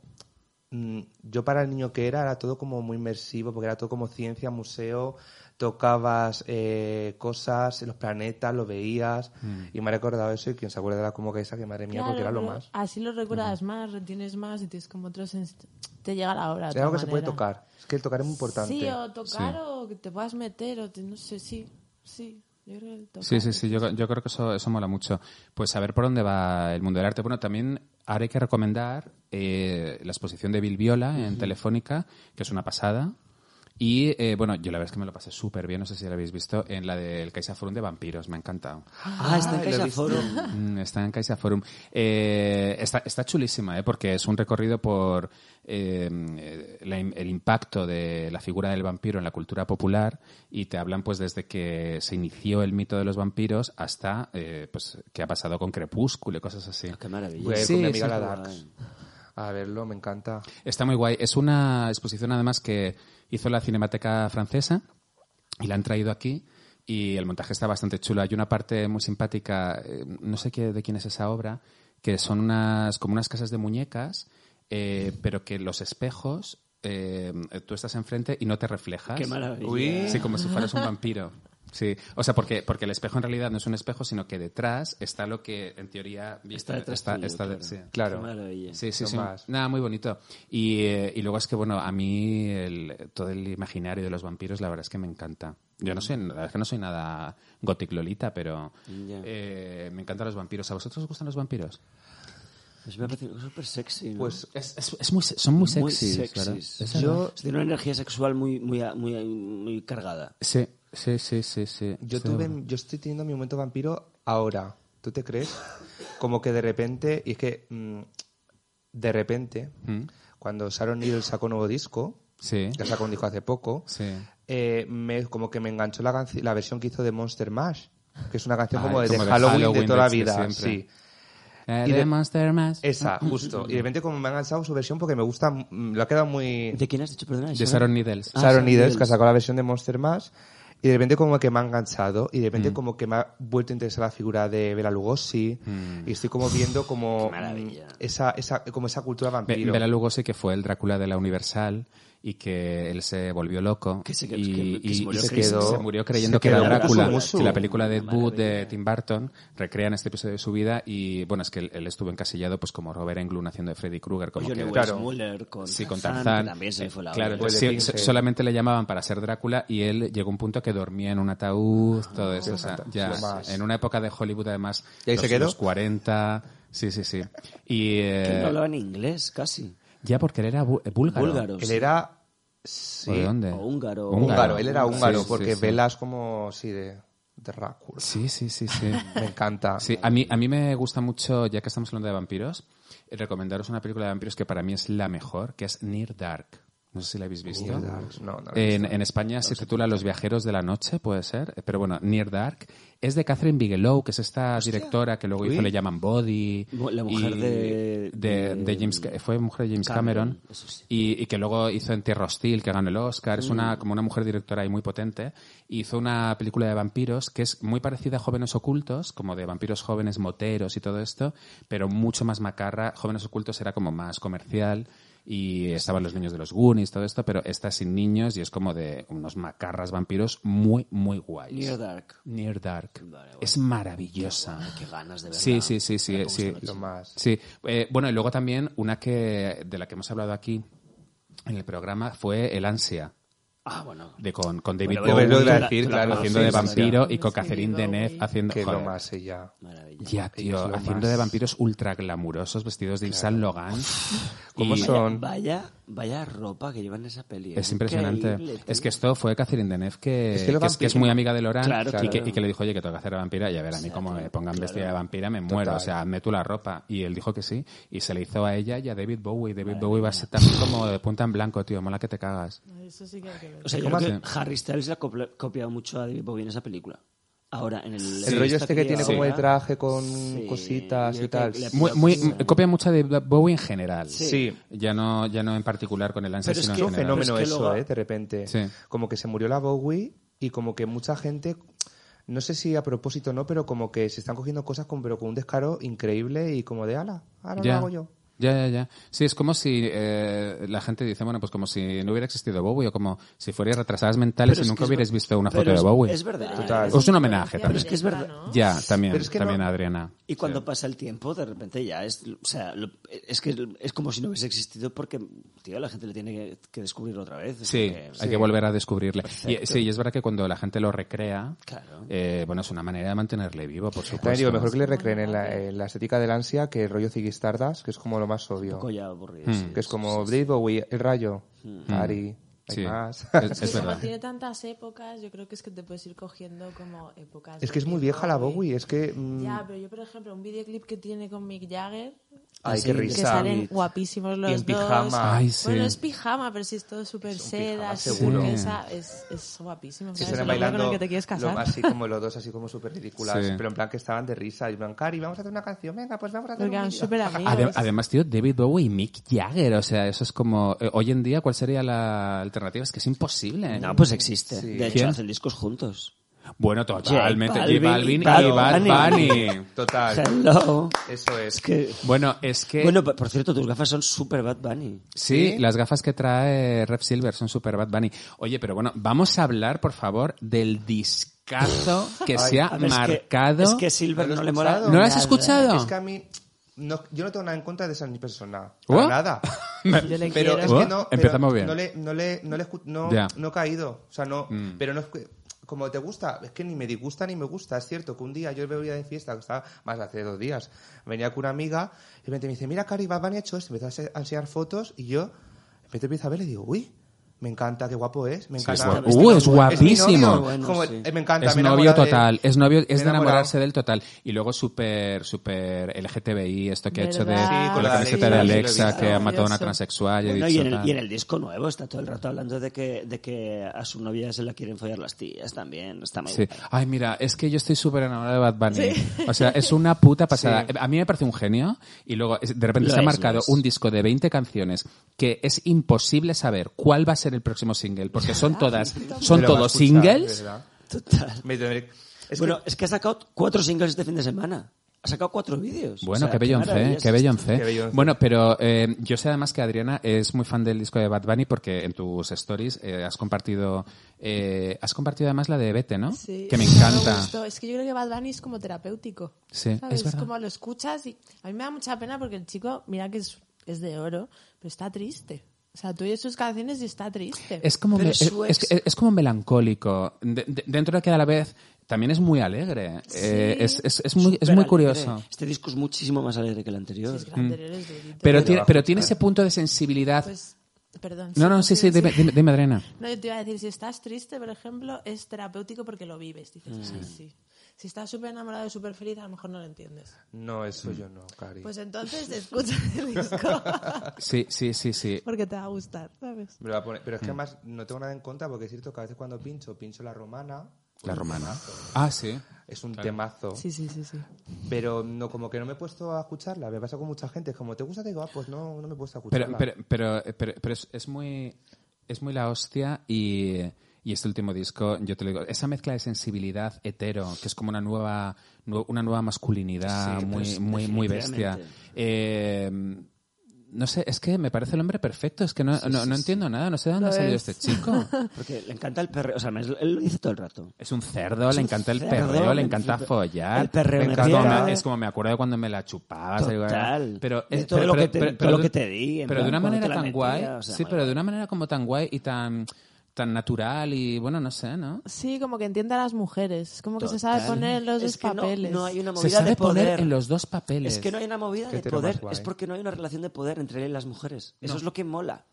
S4: mm, yo para el niño que era, era todo como muy inmersivo, porque era todo como ciencia, museo, tocabas eh, cosas, los planetas, lo veías,
S2: Mm.
S4: y me ha recordado eso, y quien se acuerda de la como Caixa, que madre mía,
S5: Claro,
S4: porque era lo
S5: pero
S4: más.
S5: Así lo recuerdas más, retienes más y tienes como otros. inst- Te llega la obra. de
S4: Es algo que
S5: otra
S4: se puede
S5: manera.
S4: tocar, es que el tocar es muy importante.
S5: Sí, o tocar
S2: Sí.
S5: o que te puedas meter, o te- no sé, sí, sí. Yo creo que tocar.
S2: Sí, sí, sí, yo, yo creo que eso, eso mola mucho. Pues saber por dónde va el mundo del arte. Bueno, también ahora hay que recomendar eh, la exposición de Bilbiola en Telefónica, que es una pasada. Y eh, bueno, yo la verdad es que me lo pasé súper bien, no sé si la habéis visto, en la del CaixaForum de vampiros, me ha encantado.
S6: Ah, está en
S4: lo he
S6: Caixa
S4: visto. (laughs)
S6: Forum. Ah,
S2: Mm, Está en Caixa Forum. Eh, está, está chulísima, ¿eh? porque es un recorrido por eh, la im- el impacto de la figura del vampiro en la cultura popular y te hablan pues desde que se inició el mito de los vampiros hasta eh, pues qué ha pasado con Crepúsculo y cosas así.
S6: Ah, Qué maravilla.
S4: Voy a ir
S2: Sí,
S4: con mi Pues amiga
S2: sí.
S4: la Darks a verlo, me encanta.
S2: Está muy guay. Es una exposición además que hizo la Cinemateca Francesa y la han traído aquí y el montaje está bastante chulo. Hay una parte muy simpática, eh, no sé qué, de quién es esa obra, que son unas como unas casas de muñecas, eh, pero que los espejos, eh, tú estás enfrente y no te reflejas.
S6: Qué maravilla.
S4: Uy.
S2: Sí, como si fueras un vampiro. Sí, o sea, porque, porque el espejo en realidad no es un espejo, sino que detrás está lo que en teoría
S6: Está detrás tuyo, claro.
S2: sí,
S6: Qué maravilla.
S2: Sí, sí,
S4: Lo
S2: sí.
S4: más.
S2: Nada, muy bonito. Y, eh, y luego es que, bueno, a mí el- todo el imaginario de los vampiros, la verdad es que me encanta. Yo
S6: Mm.
S2: no soy, la verdad es que no soy nada gothic lolita, pero
S6: Ya.
S2: eh, me encantan los vampiros. ¿A vosotros os gustan los vampiros?
S6: Pues me parece súper sexy. ¿no?
S4: Pues
S2: Es, es- es muy, se- son muy
S6: Muy
S2: sexys, ¿verdad?
S6: sexys.
S2: Es
S6: Yo-
S2: verdad.
S6: Tiene una energía sexual muy, muy, muy, muy cargada.
S2: Sí, sí, sí, sí, sí.
S4: Yo
S2: Estoy de
S4: tuve,
S2: acuerdo.
S4: yo estoy teniendo mi momento vampiro ahora. ¿Tú te crees? Como que de repente, y es que mm, de repente,
S2: Mm.
S4: cuando Sharon Needles sacó un nuevo disco,
S2: Sí,
S4: ya sacó un disco hace poco,
S2: sí.
S4: eh, me, como que me enganchó la, canci- la versión que hizo de Monster Mash, que es una canción
S2: Ah,
S4: como, de,
S2: como
S4: de
S2: de
S4: Halloween,
S2: Halloween
S4: de toda la
S2: de- de
S4: vida.
S2: siempre.
S4: Sí,
S2: Eh,
S4: Y
S2: de
S4: de-
S2: Monster Mash.
S6: Eh,
S4: esa, justo. Y de repente como me ha enganchado su versión porque me gusta, mm, lo ha quedado muy...
S6: ¿De quién has dicho, perdona?
S2: De Sharon Needles.
S6: Ah, Sharon
S4: Sharon Needles, que
S6: Needles.
S4: sacó la versión de Monster Mash. Y de repente como que me ha enganchado y de repente como que me ha vuelto a interesar la figura de Bela Lugosi y estoy como viendo como
S6: Qué maravilla.
S4: mm, esa, esa como esa cultura
S2: Be-
S4: vampiro.
S2: Bela Lugosi, que fue el Drácula de la Universal y que él se volvió loco
S6: Que se- que-
S2: y,
S6: que- que se
S2: y-
S6: murió
S2: y se,
S4: creyendo-
S2: quedó- se murió creyendo
S4: se
S2: que era
S4: quedó
S2: Drácula.
S4: musu, musu.
S2: Que la película de Ed
S6: Una
S2: Wood de
S6: maravilla.
S2: Tim Burton recrean este episodio de su vida y bueno, es que él, él estuvo encasillado pues como Robert Englund haciendo de Freddy Krueger, como
S6: Oye,
S2: que
S6: Wes
S4: claro.
S6: Muller con
S2: Sí, con
S6: Tarzán, que
S2: Tarzán.
S6: También se
S2: Eh,
S6: le fue la
S2: Claro,
S6: olla.
S4: Pues
S2: sí-
S4: de
S2: so-
S4: Pinhead.
S2: solamente le llamaban para ser Drácula y él llegó a un punto que dormía en un ataúd,
S6: Ah,
S2: todo eso. o sea, ya,
S4: lo más.
S2: en una época de Hollywood, además,
S4: ¿Y ahí
S2: los,
S4: se quedó?
S2: los 40. Sí, sí, sí. Y
S6: Que
S2: eh,
S6: no hablaba en inglés, casi.
S2: ya porque él era bú- eh, búlgaro.
S6: Búlgaro.
S4: Él era... sí,
S2: ¿O de dónde?
S6: O húngaro.
S4: Húngaro, él era
S2: Sí,
S4: húngaro
S2: sí,
S4: porque
S2: sí.
S4: Bela es como, sí, de, de Drácula.
S2: Sí, sí, sí,
S4: (laughs)
S2: sí.
S4: Me encanta.
S2: Sí, a mí, a mí me gusta mucho, ya que estamos hablando de vampiros, eh, recomendaros una película de vampiros que para mí es la mejor, que es Near Dark. No sé si la habéis visto.
S4: Near Dark, no, no la he
S2: en, en España se titula Los viajeros de la noche, puede ser, eh, pero bueno, Near Dark es de Catherine Bigelow, que es esta directora que luego hizo
S4: Uy.
S2: Le llaman Body.
S6: Mu- la mujer
S2: y-
S6: de-
S2: de, de
S6: de-
S2: James, Ca- fue mujer de James Cameron,
S6: Cameron, eso sí.
S2: y, y que luego hizo En Tierra Hostil, que ganó el Oscar. Es
S6: Mm.
S2: una, como una mujer directora y muy potente. Hizo una película de vampiros que es muy parecida a Jóvenes Ocultos, como de vampiros jóvenes moteros y todo esto, pero mucho más macarra. Jóvenes Ocultos era como más comercial y estaban los niños de los Goonies, todo esto, pero está sin niños y es como de unos macarras vampiros muy, muy guays.
S6: Near Dark.
S2: Near Dark.
S6: Vale, bueno.
S2: Es maravillosa.
S6: Ay, Qué ganas de verla.
S2: Sí, sí, sí, sí,
S6: Mira
S2: eh,
S6: cómo
S2: sí.
S6: está la
S4: Lo más.
S2: Sí, eh, bueno, y luego también una que de la que hemos hablado aquí en el programa fue El ansia
S6: Ah, bueno.
S2: de con, con David
S6: Bueno, bueno,
S2: Bowie
S6: lo iba a decir,
S2: haciendo
S6: claro,
S2: haciendo
S6: sí,
S2: de
S6: sí, sí.
S2: vampiro y con
S5: Es que
S2: Catherine
S5: David
S2: Deneuve
S5: Bowie.
S2: haciendo
S4: que lo
S2: joder.
S4: más ella.
S6: Maravilla.
S2: Ya, tío,
S4: es lo
S2: haciendo
S4: más.
S2: de vampiros ultra glamurosos vestidos de Yves Saint Logan.
S4: ¿Cómo
S2: Y-
S4: son?
S6: Vaya, vaya, vaya ropa que llevan en esa peli. ¿eh?
S2: Es impresionante.
S6: Increíble, tío.
S2: Es que esto fue Catherine Deneuve, que,
S4: Es
S2: que
S4: que
S2: es,
S4: lo
S2: que es
S4: vampiro-
S2: muy amiga de Loran
S6: Claro,
S2: y, que,
S6: claro.
S2: y que le dijo, oye, que tengo que hacer de vampira. Y a ver, a mí como me pongan vestida de vampira me muero. O sea, hazme tú la ropa. Y él dijo que sí. Y se le hizo a ella y a David Bowie. David Bowie va a ser también como de punta en blanco, tío. Mola que te cagas.
S5: Eso sí que hay que ver.
S6: O sea, yo
S4: ¿Cómo
S6: creo
S2: hace?
S6: que Harry Styles le ha copla- copiado mucho a David Bowie en esa película. Ahora, en el...
S4: El rollo este que tiene
S2: Sí.
S4: como el traje con
S6: Sí.
S4: cositas
S6: Yo
S4: y
S6: creo
S4: tal.
S6: que le-
S2: Muy, muy, copia mucho de Bowie en general.
S4: Sí.
S2: Ya no, ya no en particular con el ansia,
S6: Pero es
S2: sino
S6: que
S2: en
S4: un
S2: general.
S4: fenómeno
S6: Pero es que
S4: eso,
S6: luego-
S4: ¿eh? De repente.
S2: Sí.
S4: Como que se murió la Bowie y como que mucha gente, no sé si a propósito o no, pero como que se están cogiendo cosas con, pero con un descaro increíble y como de ala, ahora lo hago yo.
S2: Ya, ya, ya. Sí, es como si eh, la gente dice, bueno, pues como si no hubiera existido Bowie o como si fuerais retrasadas mentales y
S6: Pero es que
S2: nunca
S6: es
S2: hubierais
S6: ver-
S2: visto una
S6: pero
S2: foto de
S6: es-
S2: Bowie.
S6: Es verdad.
S4: Total.
S2: Es un homenaje
S5: Pero
S2: también.
S6: es que es verdad.
S5: ¿no?
S2: Ya, también,
S4: Pero es que
S2: también
S4: no-
S2: Adriana.
S6: Y cuando pasa el tiempo, de repente ya es, o sea, lo- es que es como si no hubiese existido porque, tío, la gente le tiene que, que descubrir otra vez. Es
S2: Sí,
S6: que-
S2: hay que volver a descubrirle. Y,
S6: Eh, Perfecto.
S2: sí, y es verdad que cuando la gente lo recrea,
S6: Claro.
S2: eh, bueno, es una manera de mantenerle vivo, por supuesto.
S4: También digo, mejor que le recreen en la, en la estética del ansia que el rollo Ziggy-Stardust, que es como lo más obvio. Mm.
S6: poco ya aburrido.
S2: hmm,
S6: sí.
S4: Que es como David Bowie, el rayo, Ari, hay
S2: Sí.
S4: más.
S2: Es, es
S5: Pero
S2: verdad.
S5: Como
S2: (laughs)
S5: tiene tantas épocas, yo creo que es que te puedes ir cogiendo como épocas.
S4: (laughs) Es que
S5: de
S4: es muy
S5: David
S4: vieja la Bowie, es que... mm,
S5: Ya, pero yo, por ejemplo, un videoclip que tiene con Mick Jagger,
S4: Ay,
S6: Sí,
S4: qué
S6: que
S5: que
S4: risa.
S5: salen guapísimos los
S4: Y en
S5: dos.
S4: pijama.
S2: Ay, sí.
S5: Bueno, es pijama, pero si es todo súper seda,
S4: pijama,
S5: así,
S4: seguro.
S5: que esa- es, es guapísimo.
S4: que estarán
S5: claro, es el hombre
S4: bailando
S5: con el que te quieres
S4: lo
S5: casar.
S4: más así como los dos así como súper ridículas
S2: Sí.
S4: pero en plan que estaban de risa y en plan Cari vamos a hacer una canción venga pues vamos a hacer
S5: Porque
S4: un
S5: eran
S4: vídeo".
S5: súper amigos.
S2: Adem- además, tío, David Bowie y Mick Jagger, o sea, eso es como... eh, hoy en día, ¿cuál sería la alternativa? Es que es imposible.
S6: No, pues existe.
S4: Sí.
S6: De hecho,
S2: Hmm. ¿Quién?
S6: hacen discos juntos.
S2: Bueno, totalmente.
S6: J
S2: J Balvin,
S6: Balvin y
S2: y
S6: Bad
S2: Bad Bunny.
S4: Total.
S6: Hello.
S4: Eso es.
S6: Es que...
S2: Bueno, es Ah, que...
S6: Bueno, por cierto, tus gafas son super Bad Bunny.
S2: Sí, las gafas que trae Rep Silver son super Bad Bunny. Oye, pero bueno, vamos a hablar, por favor, del discazo que se ha
S6: A ver, es que-
S2: marcado.
S6: Es que, Silver
S4: ¿No lo
S6: no
S4: has
S6: le mola.
S4: escuchado?
S2: ¿No lo has
S6: nada.
S2: escuchado?
S4: Es que a mí, no- yo no tengo nada en contra de esa ni persona.
S2: ¿What? (laughs)
S4: Para nada.
S5: Yo le
S4: Pero
S5: quiero.
S4: es
S2: ¿Oh?
S4: que no. pero
S2: Empezamos bien.
S4: No le, no le, no le escu- no,
S2: Ya. Mm.
S4: no he caído. O sea, no. Pero no es que- Como te gusta, es que ni me disgusta ni me gusta. Es cierto que un día yo venía de fiesta, que estaba más de hace dos días, venía con una amiga y de repente me dice, mira, Cari, Bad Bunny ha hecho esto. Empezó a se- a enseñar fotos y yo, de repente empiezo a ver y digo, uy, me encanta, qué guapo es. Me
S2: Sí,
S4: encanta.
S2: es guapo.
S4: mi
S2: Uh, es
S4: novio".
S2: guapísimo.
S4: mi novio.
S6: Bueno,
S4: Como,
S6: sí.
S4: eh, Me encanta.
S2: Es
S4: me he
S2: novio
S4: enamorado de él.
S2: total, es novio,
S4: Me
S2: es
S4: he
S2: de
S4: enamorado.
S2: enamorarse del total. Y luego súper, súper LGTBI, esto que ha hecho de
S5: ¿Verdad? Sí,
S2: con
S5: con
S2: la
S5: la
S2: camiseta
S5: ley,
S2: de
S5: sí, lo he
S2: Alexa,
S5: visto.
S2: que ha matado a una
S5: Maravilloso.
S2: transexual. y he
S6: Bueno, y,
S2: dicho
S6: en el,
S2: tal.
S6: y en el disco nuevo está todo el rato hablando de que, de que a su novia se la quieren follar las tías también. Está muy
S2: Sí.
S6: guay.
S2: Ay, mira, es que yo estoy súper enamorada de Bad Bunny. O sea, es una puta pasada.
S4: Sí.
S2: A mí me parece un genio y luego es- de repente
S6: Lo
S2: se ha
S6: es,
S2: marcado
S6: lo es.
S2: un disco de 20 canciones que es imposible saber cuál va a ser el próximo single porque son todas, son
S4: Me lo va a
S2: todos
S4: escuchar,
S2: singles.
S4: ¿verdad?
S6: Total.
S4: Me tendré- es que-
S6: bueno, es que ha sacado cuatro singles este fin de semana. Ha sacado cuatro vídeos.
S2: Bueno,
S6: O sea,
S2: qué bellonce,
S6: maravilla
S2: eh,
S6: es
S2: qué
S6: esto.
S2: bellonce.
S4: Qué bellonce.
S2: Bueno, pero eh, yo sé además que Adriana es muy fan del disco de Bad Bunny porque en tus stories eh, has compartido, eh, has compartido además la de Vete, ¿no?
S5: Sí,
S2: Que me
S5: eso
S2: encanta.
S5: gustó. Es que yo creo que Bad Bunny es como terapéutico.
S2: Sí,
S5: ¿sabes?
S2: es verdad.
S5: como lo escuchas y a mí me da mucha pena porque el chico, mira que es, es de oro, pero está triste. O sea, tú oyes sus canciones y está triste.
S2: Es como,
S6: Pero
S2: me- es,
S6: su ex-
S2: es- es como melancólico. De- de- dentro de que a la vez también es muy alegre. Eh, es, es- es muy, es muy
S6: Súper
S2: curioso.
S6: alegre. Este disco es muchísimo más alegre que el anterior.
S5: Es que el anterior es durito.
S2: Mm. Pero tiene, pero tiene ese punto de sensibilidad.
S5: Pues, perdón.
S2: no, no, sí, sí, dime, dime, dime, Adriana.
S5: No, yo te iba a decir, si estás triste, por ejemplo, es terapéutico porque lo vives. Dices,
S2: Mm.
S5: sí, sí. Si estás súper enamorado y súper feliz, a lo mejor no lo entiendes.
S4: No, eso yo no, Cari.
S5: Pues entonces (laughs) escucha el disco (laughs)
S2: Sí, sí, sí, sí.
S5: porque te va a gustar, ¿sabes?
S4: Me lo va a poner- Pero es que
S2: mm.
S4: además no tengo nada en contra porque es cierto que a veces cuando pincho, pincho la romana.
S2: La romana. Ah, sí.
S4: Es un temazo.
S5: Sí, sí, sí, sí.
S4: Pero no, como que no me he puesto a escucharla. Me pasa con mucha gente. es Como, ¿te gusta? Te digo, ah, pues no, no me he puesto a
S2: Pero,
S4: escucharla.
S2: pero, pero, eh, pero- pero es, es muy, es muy la hostia y, y este último disco, yo te lo digo, esa mezcla de sensibilidad hetero, que es como una nueva, nu- una nueva masculinidad
S6: Sí,
S2: muy,
S6: pues,
S2: muy, muy bestia.
S6: definitivamente.
S2: Eh, no sé, es que me parece el hombre perfecto, es que no, no, no entiendo nada, no sé de dónde
S5: Lo
S2: ha salido
S5: es.
S2: este
S6: (laughs)
S2: chico.
S6: Porque le encanta el perreo. O sea, me- él lo dice todo el rato.
S2: Es un cerdo, le encanta el
S6: cerdo,
S2: perreo, le
S6: me
S2: encanta
S6: flipa.
S2: follar.
S6: El perreo
S2: le
S6: me
S2: encanta-
S6: flipa.
S2: como me- es como me acuerdo de cuando me la chupabas.
S6: Total.
S2: Pero,
S6: De
S2: es-
S6: todo
S2: pero-
S6: lo que
S2: pero-
S6: te-
S2: pero-
S6: todo
S2: pero-
S6: lo que te di, en
S2: Pero de
S6: plan,
S2: una
S6: cuando
S2: manera
S6: te la
S2: tan
S6: metía,
S2: guay.
S6: o sea,
S2: sí,
S6: muy
S2: pero de
S6: guay.
S2: una manera como tan guay y tan, tan natural y bueno, no sé, ¿no?
S5: Sí, como que entiende a las mujeres. Es como que Pues se
S6: Total.
S5: sabe poner los
S6: Es
S5: dos
S6: que no-
S5: papeles.
S6: No, hay una
S2: Se
S6: movida
S2: sabe
S6: de poder.
S2: poner en los dos papeles.
S6: Es que no hay una movida
S4: Qué
S6: de
S4: hetero más
S6: poder.
S4: guay.
S6: Es porque no hay una relación de poder entre él y las mujeres. Eso es lo que mola.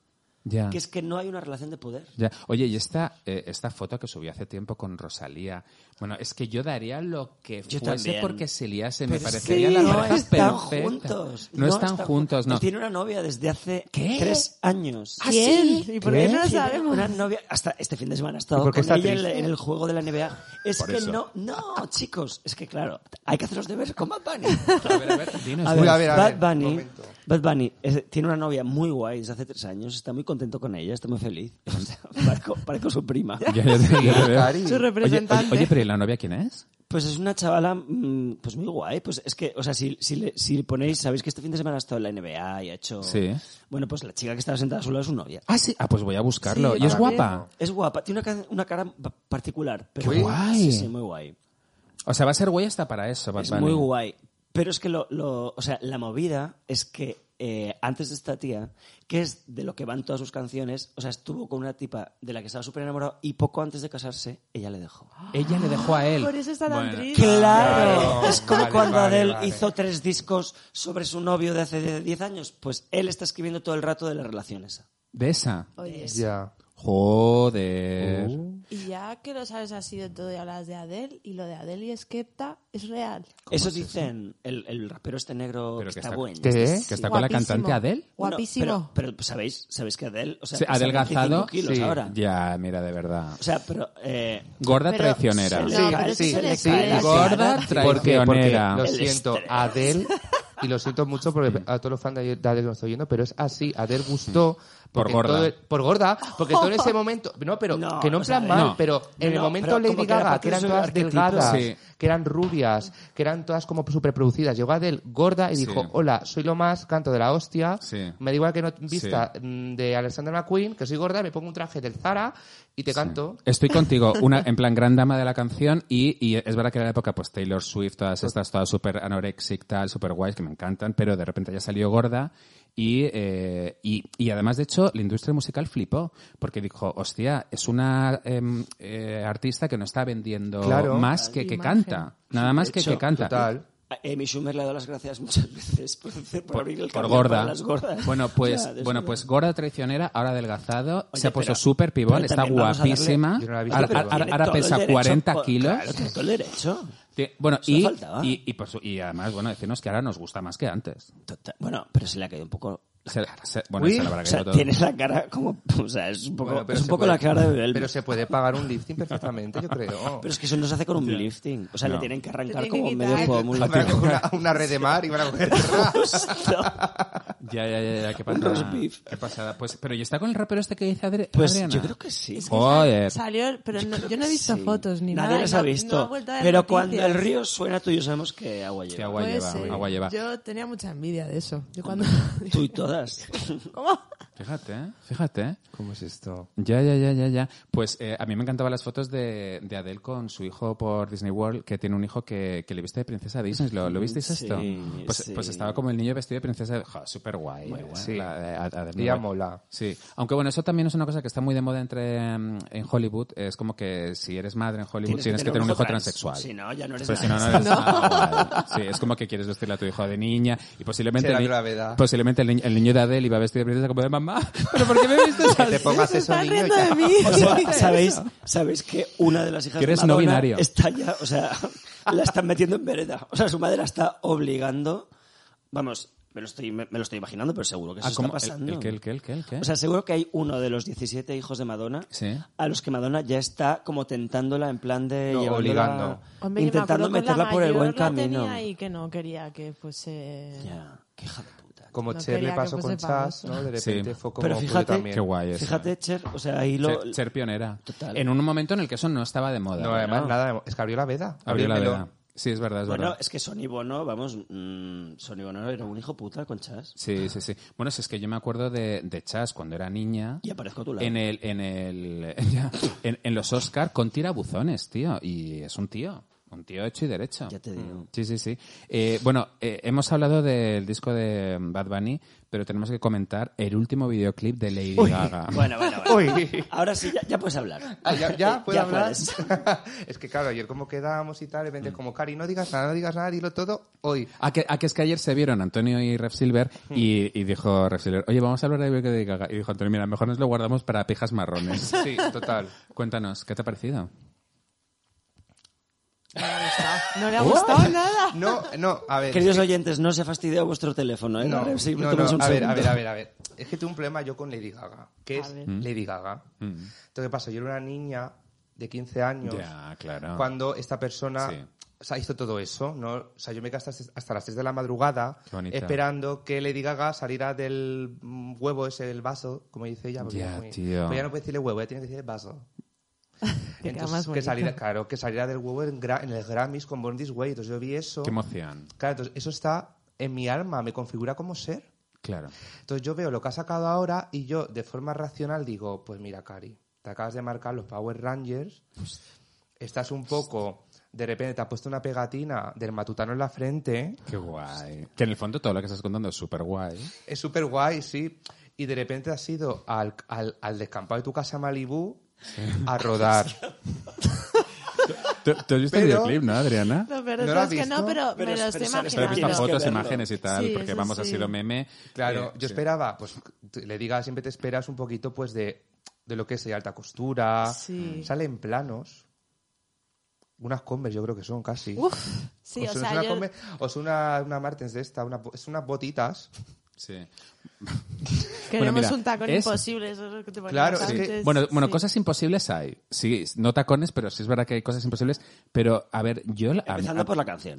S2: Ya.
S6: Que es que no hay una relación de poder.
S2: Ya. Oye, y esta, eh, esta foto que subí hace tiempo con Rosalía. Bueno, es que yo daría lo que
S6: Yo
S2: fuese
S6: también.
S2: porque se liase. Me
S6: Pero es
S2: parecería
S6: que
S2: la
S6: no
S2: pareja
S6: están
S2: perfecta.
S6: juntos.
S2: No, están juntos, no.
S6: Él tiene una novia desde hace
S2: ¿Qué?
S6: tres años.
S2: Ah,
S5: ¿Quién?
S2: sí.
S5: ¿Y por qué
S2: ¿Qué?
S5: no lo
S6: Tiene
S5: sabemos?
S6: Una novia, hasta este fin de semana ha estado
S4: ¿Y por qué
S6: con
S4: está
S6: ella en, la-
S4: triste?
S6: en el juego de la NBA. Es
S2: Por
S6: que
S2: eso.
S6: no, no, chicos, es que claro, hay que hacer los deberes con Bad Bunny.
S2: A ver, a ver, dinos,
S6: A
S2: dinos.
S6: ver,
S4: a ver, a ver,
S6: Bad Bunny,
S4: momento.
S6: Bad Bunny es- tiene una novia muy guay desde hace tres años, está muy contento con ella, está muy feliz. (laughs) O sea, parezco, parezco su prima.
S2: (laughs) Ya, ya te- ya te veo.
S4: Cari.
S5: Su
S2: Oye,
S5: representante.
S2: oye, oye, pero ¿y la novia quién es?
S6: Pues es una chavala, mm, pues muy guay. Pues es que, o sea, si, si, le- si ponéis, sabéis que este fin de semana ha estado en la NBA y ha hecho.
S2: Sí.
S6: Bueno, pues la chica que estaba sentada sola es su novia.
S2: Ah, sí. Ah, pues voy a buscarlo.
S5: Sí,
S2: y es
S5: también.
S2: guapa.
S6: Es guapa, tiene una, ca- una cara pa- particular. Pero
S2: Qué guay.
S6: Sí, sí, muy guay.
S2: O sea, va a ser güey hasta para eso, Bad
S6: Es
S2: Bunny.
S6: muy guay. Pero es que lo, lo- o sea, la movida es que eh, antes de esta tía, que es de lo que van todas sus canciones, o sea, estuvo con una tipa de la que estaba súper enamorado y poco antes de casarse, ella le dejó.
S2: Ella le dejó a él.
S5: Por eso está tan
S2: Bueno.
S5: triste.
S6: ¡Claro!
S4: Claro.
S6: es como
S4: Vale,
S6: cuando
S4: vale,
S6: Adele
S4: vale.
S6: hizo tres discos sobre su novio de hace 10 años. Pues él está escribiendo todo el rato de la relación esa.
S2: De esa.
S5: Oye,
S4: Ya.
S2: Joder.
S5: y ya que lo sabes así de todo y hablas de Adele, y lo de Adele y Skepta es real.
S6: Eso dicen, el, el rapero este negro
S2: Pero
S6: que
S2: que
S6: está,
S2: está-
S6: bueno.
S4: ¿Qué?
S6: este-
S2: Que
S6: sí.
S2: está con la cantante Adele.
S6: Bueno,
S5: Guapísimo.
S6: pero, pero, sabéis, sabéis que Adele, o sea,
S2: Sí,
S6: pesa
S2: adelgazado.
S6: 25 kilos
S2: sí.
S6: ahora.
S2: Ya, mira, de verdad.
S6: O sea, pero eh,
S2: Gorda
S5: Pero
S2: traicionera.
S5: se
S4: Sí,
S5: le- No, pero
S4: sí,
S5: eso
S4: sí,
S5: es
S4: sí.
S5: el estrés.
S2: Gorda
S4: ¿Por qué? Porque,
S2: traicionera.
S4: lo
S6: El
S4: siento,
S6: estrés.
S4: Adele, y lo siento mucho porque a todos los fans de Adele lo estoy oyendo, pero es así. Adele gustó
S2: Por gorda.
S4: todo- por gorda, porque todo en ese momento. No, pero
S6: No,
S4: que no en
S6: o sea,
S4: plan mal,
S2: no.
S4: pero en el
S6: No,
S4: momento
S6: pero
S4: Lady
S6: como que era
S4: Gaga,
S6: parte
S4: que
S6: de
S4: eran
S6: su
S4: todas
S6: arquetipo.
S4: delgadas,
S2: Sí.
S4: que eran rubias, que eran todas como superproducidas. Llegó Adele gorda y
S2: Sí.
S4: dijo: Hola, soy lo más canto de la hostia.
S2: Sí.
S4: Me da igual que no vista mm, de Alexander McQueen, que soy gorda, me pongo un traje del Zara y te canto.
S2: Estoy contigo, una, en plan gran dama de la canción y, y es verdad que era la época pues Taylor Swift, todas estas, todas súper anorexic, tal, súper guays, que me encantan, pero de repente ya salió gorda y, eh, y, y además de hecho la industria musical flipó porque dijo, hostia, es una em, eh, artista que no está vendiendo
S4: Claro.
S2: más que que
S5: Imagen.
S2: canta, nada más que que canta.
S4: Total.
S6: A Amy Schumer le ha dado las gracias muchas veces por, hacer- por abrir el
S2: Por
S6: camino
S2: gorda.
S6: para las gordas. (laughs)
S2: Bueno, pues,
S6: Ya, de
S2: bueno,
S6: eso-
S2: pues gorda traicionera, ahora adelgazado,
S6: Oye,
S2: se ha puesto
S6: pero-
S2: súper pivón,
S6: pero
S2: está
S6: también vamos a darle-
S2: guapísima.
S4: Yo no la he visto,
S2: ahora,
S4: pero
S2: ahora-
S6: Tiene
S2: ahora
S6: todo el
S2: pesa
S6: derecho,
S2: 40
S6: por-
S2: kilos.
S6: Claro, tiene todo el derecho.
S2: Te- Bueno,
S6: Eso
S2: y,
S6: faltaba.
S2: y, y, por su- y además, bueno, decirnos que ahora nos gusta más que antes.
S6: Total- Bueno, pero se le ha caído un poco.
S2: Se- se- bueno,
S4: Uy.
S2: se la habrá
S6: O sea,
S2: caído todo.
S6: tienes la cara como. O sea, es un poco,
S4: Bueno, pero
S6: es un
S4: se
S6: poco
S4: puede-
S6: la cara de Bebel.
S4: Pero se puede pagar un lifting perfectamente, yo
S6: (laughs)
S4: creo. (laughs)
S6: Pero es que eso no se hace con un lifting. O sea,
S2: No.
S6: le tienen que
S5: Le
S6: arrancar
S5: tienen
S6: como
S5: que
S6: medio
S5: quitar.
S6: pomo. y-
S4: Van a coger una, una red de mar y van a coger
S6: (laughs)
S4: tierra.
S2: Ya, ya, ya, ya, qué
S6: roast
S2: pasada.
S6: beef.
S2: Qué pasada. Pues, pero ¿y está con el rapero este que dice Adri-
S6: Pues
S2: Adriana?
S6: yo creo que sí.
S5: Es que
S2: Joder.
S5: sal- Salió, pero no- yo no he visto
S6: Sí.
S5: fotos ni
S6: Nadie
S5: nada.
S6: las
S5: no-
S6: ha
S5: no ha
S6: visto.
S5: vuelto a haber
S6: pero cuando
S5: noticias.
S6: el río suena, tú y yo sabemos que agua lleva.
S2: Que agua
S5: Puede
S2: lleva,
S5: ser.
S2: agua lleva.
S5: Yo tenía mucha envidia de eso. Yo cuando...
S6: Mm.
S5: (laughs)
S6: Tú y todas. (laughs)
S5: ¿Cómo?
S2: Fíjate, ¿eh? fíjate. ¿eh?
S4: ¿Cómo es esto?
S2: Ya, ya, ya, ya, ya. Pues eh, a mí me encantaban las fotos de, de Adele con su hijo por Disney World, que tiene un hijo que, que le viste de princesa Disney. ¿Lo, lo visteis
S6: Sí,
S2: esto? Pues,
S6: sí.
S2: pues estaba como el niño vestido de princesa. eh. Súper guay.
S4: sí.
S2: Adele,
S4: Día
S2: guay.
S4: mola.
S2: Sí, aunque bueno, eso también es una cosa que está muy de moda entre mm, en Hollywood. Es como que si eres madre en Hollywood tienes, que tener un hijo
S6: trans.
S2: transexual.
S6: Si no, ya no eres
S2: Pero si (laughs) no, no
S6: nada.
S2: eres nada. Sí, es como que quieres vestirle a tu hijo de niña y posiblemente,
S4: Será
S2: el, ni-
S4: gravedad.
S2: posiblemente el, ni- el niño de Adele iba vestido de princesa como de mamá. (laughs) ¿Pero por qué me (laughs) vistes
S4: Que te
S2: así?
S4: pongas
S5: Se
S4: eso,
S5: están
S4: niño. y
S5: riendo
S4: tal.
S5: de mí.
S6: (laughs) O
S5: (laughs)
S6: sea,
S5: Eso.
S6: ¿sabéis, sabéis que una de las hijas
S2: Que eres
S6: de Madonna
S2: no binario.
S6: está ya, o sea, (laughs) la están metiendo en vereda. O sea, su madre la está obligando. Vamos, me lo estoy, me, me lo estoy imaginando, pero seguro que eso
S2: Ah, ¿cómo?
S6: está pasando.
S2: ¿El, el qué, el qué, el qué, el qué?
S6: O sea, seguro que hay uno de los 17 hijos de Madonna
S2: Sí.
S6: a los que Madonna ya está como tentándola en plan de
S4: No,
S6: llevándola-
S4: obligando.
S5: Hombre, yo me
S6: intentando
S5: acuerdo con la
S6: meterla por el buen
S5: mayor la
S6: camino.
S5: tenía y que no quería que fuese...
S6: Ya, qué hija de puta.
S4: Como
S5: No
S4: Cher le
S5: quería que
S4: pasó con
S5: fuese
S4: Chas,
S5: famoso.
S4: ¿no? De
S2: Sí.
S4: repente fue como
S6: Pero
S4: fue
S6: fíjate-
S4: también.
S2: Qué guay eso. eh.
S6: Fíjate, Cher, o sea, ahí lo...
S2: Ser, ser pionera.
S6: Total.
S2: En un momento en el que eso no estaba de moda.
S4: No, eh, además, nada, es que abrió la veda.
S2: Abrió la
S4: Abrió el
S2: veda.
S4: melón.
S2: Sí, es verdad, es
S6: Bueno,
S2: verdad.
S6: es que Sonny Bono, vamos, mm, Sonny Bono era un hijo puta con Chas.
S2: Sí, sí, sí. Bueno, si es que yo me acuerdo de, de Chas cuando era niña.
S6: Y aparezco a tu lado.
S2: En el, en el, (laughs) ya, en, en los Oscar con tirabuzones, tío. Y es un tío. Un tío hecho y derecho.
S6: Ya te digo.
S2: Sí, sí, sí. Eh, bueno, eh, hemos hablado del disco de Bad Bunny, pero tenemos que comentar el último videoclip de Lady Gaga.
S6: Bueno, bueno, bueno. Ahora sí, ya, ya puedes hablar.
S4: Ah, ¿Ya,
S6: (laughs)
S4: ya puedo hablar?
S6: puedes.
S4: (laughs) es que claro, ayer como quedábamos y tal, de repente como, Cari, no digas nada, no digas nada, dilo todo hoy.
S2: A que, a que es que ayer se vieron Antonio y Ref Silver
S4: Hmm.
S2: y, y dijo Ref Silver, oye, vamos a hablar de Lady Gaga. Y dijo Antonio, mira, mejor nos lo guardamos para pijas marrones.
S4: (laughs) Sí, total.
S2: Cuéntanos, ¿qué te ha parecido?
S5: No le ha gustado nada.
S4: No, no, a ver.
S6: Queridos oyentes, no se fastidie vuestro teléfono, ¿eh?
S4: No,
S6: Ahora sí,
S4: no,
S6: tomas
S4: no,
S6: un
S4: a ver, a
S6: segundo.
S4: ver, a ver, a ver. Es que tengo un problema yo con Lady Gaga. ¿Qué
S5: A
S4: es
S5: ver.
S2: Mm.
S4: Lady Gaga? Entonces, ¿qué pasa? Yo era una niña de 15 años
S2: Ya, claro.
S4: cuando esta persona
S2: Sí.
S4: o sea, hizo todo eso. ¿no? O sea, yo me quedé hasta, hasta las 3 de la madrugada
S2: Qué bonita.
S4: esperando que Lady Gaga saliera del mm, huevo ese, el vaso, como dice ella. porque
S2: Ya,
S4: es muy-
S2: tío.
S4: Pero ya no puede decirle huevo, ya tiene que decirle vaso.
S5: Que queda
S4: Entonces,
S5: más
S4: que
S5: bonito.
S4: saliera, claro, que saliera del huevo en, gra- en el Grammys con Born This Way. Entonces yo vi eso.
S2: Qué emoción.
S4: Claro, entonces eso está en mi alma, me configura como ser.
S2: Claro.
S4: Entonces yo veo lo que ha sacado ahora y yo de forma racional digo, pues mira, Cari, te acabas de marcar los Power Rangers, estás un poco, de repente te has puesto una pegatina del matutano en la frente,
S2: Qué guay. Que en el fondo todo lo que estás contando es súper
S4: (laughs)
S2: guay.
S4: es súper guay, sí, y de repente has ido al, al, al descampado de tu casa Malibú a rodar.
S2: ¿Tú, tú has visto
S4: Pero-
S2: el videoclip, no, Adriana?
S5: No, pero
S4: ¿No
S5: eso
S4: lo has
S5: es que
S4: visto?
S5: no, pero,
S6: Pero
S5: me lo
S6: es-
S5: estoy
S6: pero sabes que
S2: Pero he visto
S5: imaginando.
S6: Tienes que
S2: fotos,
S6: verlo.
S2: imágenes y tal,
S5: Sí,
S2: porque
S5: eso
S2: vamos, ha
S5: sí.
S2: sido meme.
S4: Claro,
S2: Eh,
S4: yo
S2: sí.
S4: esperaba, pues le diga, siempre te esperas un poquito pues de, de lo que es eh, alta costura,
S5: Sí.
S4: salen planos. Unas Converse, yo creo que son casi.
S5: Uf, sí, o
S4: son-
S5: sea,
S4: es una,
S5: yo...
S4: Converse- o son una, una Martens de esta, una, bo- es unas botitas.
S2: Sí.
S5: Queremos
S2: mira,
S5: un tacón
S2: es-
S5: imposible, eso es lo que te ponías
S4: Claro, es
S5: antes,
S4: que-
S2: Bueno, bueno,
S5: sí.
S2: cosas imposibles hay. Sí, no tacones, pero sí es verdad que hay cosas imposibles. Pero, a ver, yo... la- a-
S6: Empezando
S2: a-
S6: por la canción.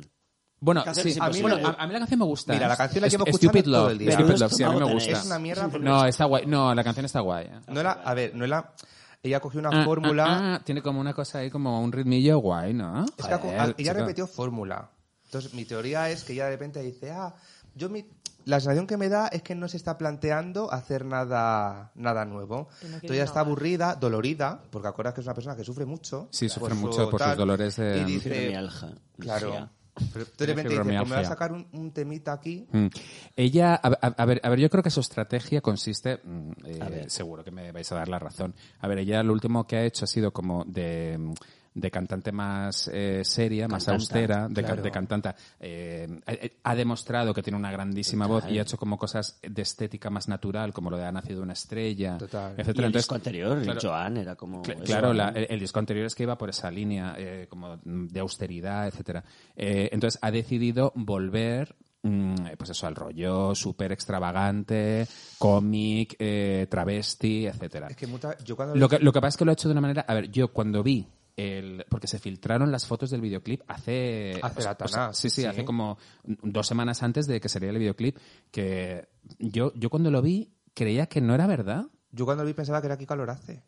S2: Bueno,
S6: Canción
S2: sí,
S6: es
S2: a mí,
S6: imposible.
S2: bueno, a, a mí la canción me gusta.
S4: Mira, la canción la
S2: Es-
S4: llevo
S2: es
S4: escuchando
S2: Stupid Love.
S4: todo el día.
S2: Stupid
S6: Menudo
S2: Love, sí, a mí me
S6: estómago
S2: gusta.
S6: tenéis.
S4: Es una mierda, pero
S2: No, está guay. No, la canción está guay. ¿eh?
S4: No era, a ver, no era. Ella cogió una
S2: Ah,
S4: fórmula.
S2: ah, ah, tiene como una cosa ahí, como un ritmillo guay, ¿no?
S4: Es que ah, ha co-
S2: Joder,
S4: ha- ella
S2: chico.
S4: repetió fórmula. Entonces, mi teoría es que ella de repente dice, ah, yo mi... La sensación que me da es que no se está planteando hacer nada, nada nuevo.
S5: Que no quiere
S4: Entonces ella está
S5: innovar.
S4: aburrida, dolorida, porque acuerdas que es una persona que sufre mucho.
S2: Sí,
S4: por
S2: sufre
S4: su
S2: mucho por sus dolores de-
S4: Y dice,
S6: Fibromialgia.
S4: claro.
S6: Sí.
S4: Pero de repente dice, pues
S2: fibromialgia.
S4: me voy a sacar un, un temita aquí.
S2: Mm. Ella, a, a- a ver, a ver, yo creo que su estrategia consiste, mm, eh,
S6: ver.
S2: seguro que me vais a dar la razón. A ver, ella lo último que ha hecho ha sido como de, mm, de cantante más eh, seria, más
S6: Cantanta,
S2: austera, de, ca-
S4: claro.
S2: de cantanta. eh, eh, ha demostrado que tiene una grandísima voz y ha hecho como cosas de estética más natural, como lo de ha nacido una estrella,
S4: Total.
S2: etcétera.
S6: Y el
S2: Entonces,
S6: disco anterior,
S2: claro,
S6: Joan, era como...
S2: Cla-
S6: eso,
S2: claro,
S6: ¿no?
S2: la- el, el disco anterior es que iba por esa línea eh, como mm, de austeridad, etcétera. Eh, entonces ha decidido volver, mm, pues eso, al rollo súper extravagante, cómic, eh, travesti, etcétera.
S4: Es que muta- yo cuando...
S2: Lo que, lo que pasa es que lo ha hecho de una manera. A ver, yo cuando vi. El, porque se filtraron las fotos del videoclip hace.
S4: Hace Satanás,
S2: sí, sí,
S4: sí.
S2: hace como dos semanas antes de que saliera el videoclip. Que yo, yo cuando lo vi creía que no era verdad.
S4: Yo cuando lo vi pensaba que era Kika Lorace.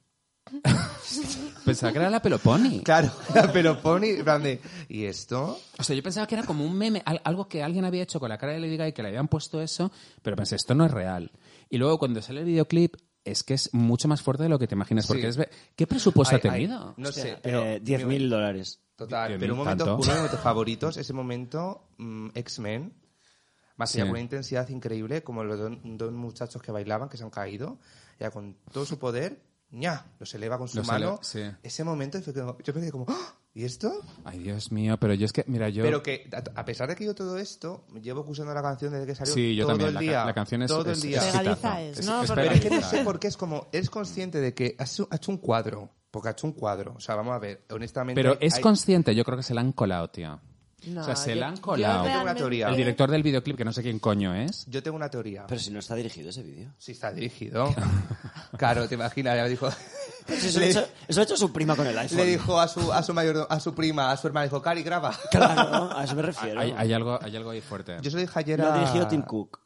S2: Pensaba que era la Peloponi.
S4: (laughs) Claro, pero Pony, en plan de, ¿y esto?
S2: O sea, yo pensaba que era como un meme, al- algo que alguien había hecho con la cara de Lady Gaga y que le habían puesto eso, pero pensé, esto no es real. Y luego cuando sale el videoclip, es que es mucho más fuerte de lo que te imaginas, porque
S4: Sí.
S2: es... ve- ¿Qué presupuesto
S4: Ay,
S2: Pues ha
S4: ay,
S2: tenido?
S4: no sé,
S6: Eh,
S4: pero...
S6: 10.000 dólares.
S4: Total,
S2: Que
S4: pero un
S2: ni
S4: momento,
S2: tanto.
S4: uno de nuestros favoritos, ese momento mm, X-Men, más allá
S2: Sí.
S4: con una intensidad increíble, como los dos, dos muchachos que bailaban, que se han caído, ya con todo su poder, ¡ña! los eleva con su
S2: Los
S4: mano.
S2: ele- sí.
S4: Ese momento, fue como- yo me quedé como, ¡Ah! ¿y esto?
S2: Ay, Dios mío, pero yo es que, mira, yo...
S4: Pero que, a a pesar de que yo todo esto, llevo acusando la canción desde que salió
S2: Sí, yo
S4: todo
S2: también.
S4: el
S2: La, ca-
S4: día.
S2: la canción es...
S4: todo
S2: es-
S4: el día.
S2: es
S5: Pegadiza
S2: hitazo.
S5: es, ¿no? Porque-
S4: Pero es que no
S2: pegadiza,
S4: sé
S2: ¿eh?
S4: por qué es como, eres consciente de que has hecho, has hecho un cuadro, porque ha hecho un cuadro. O sea, vamos a ver, honestamente.
S2: Pero es
S4: hay-
S2: consciente, yo creo que se la han colado, tío.
S5: No,
S2: o sea, se
S5: yo-
S2: la han
S5: yo
S2: colado.
S4: tengo una teoría.
S2: El director del videoclip, que no sé quién coño es...
S4: Yo tengo una teoría.
S6: Pero si no está dirigido ese
S4: (laughs)
S6: vídeo.
S4: Si está dirigido. Claro, te imaginas, ya dijo.
S6: Pues Eso, lo ha
S4: le,
S6: hecho, eso lo ha hecho su prima con el iPhone.
S4: le dijo a su, a su mayor, a su prima, a su hermana, dijo, Cari, graba.
S6: Claro, a eso me refiero.
S2: Hay, hay algo, hay algo ahí fuerte.
S4: Yo se lo dije ayer
S6: Lo
S4: a...
S6: ha dirigido Tim Cook,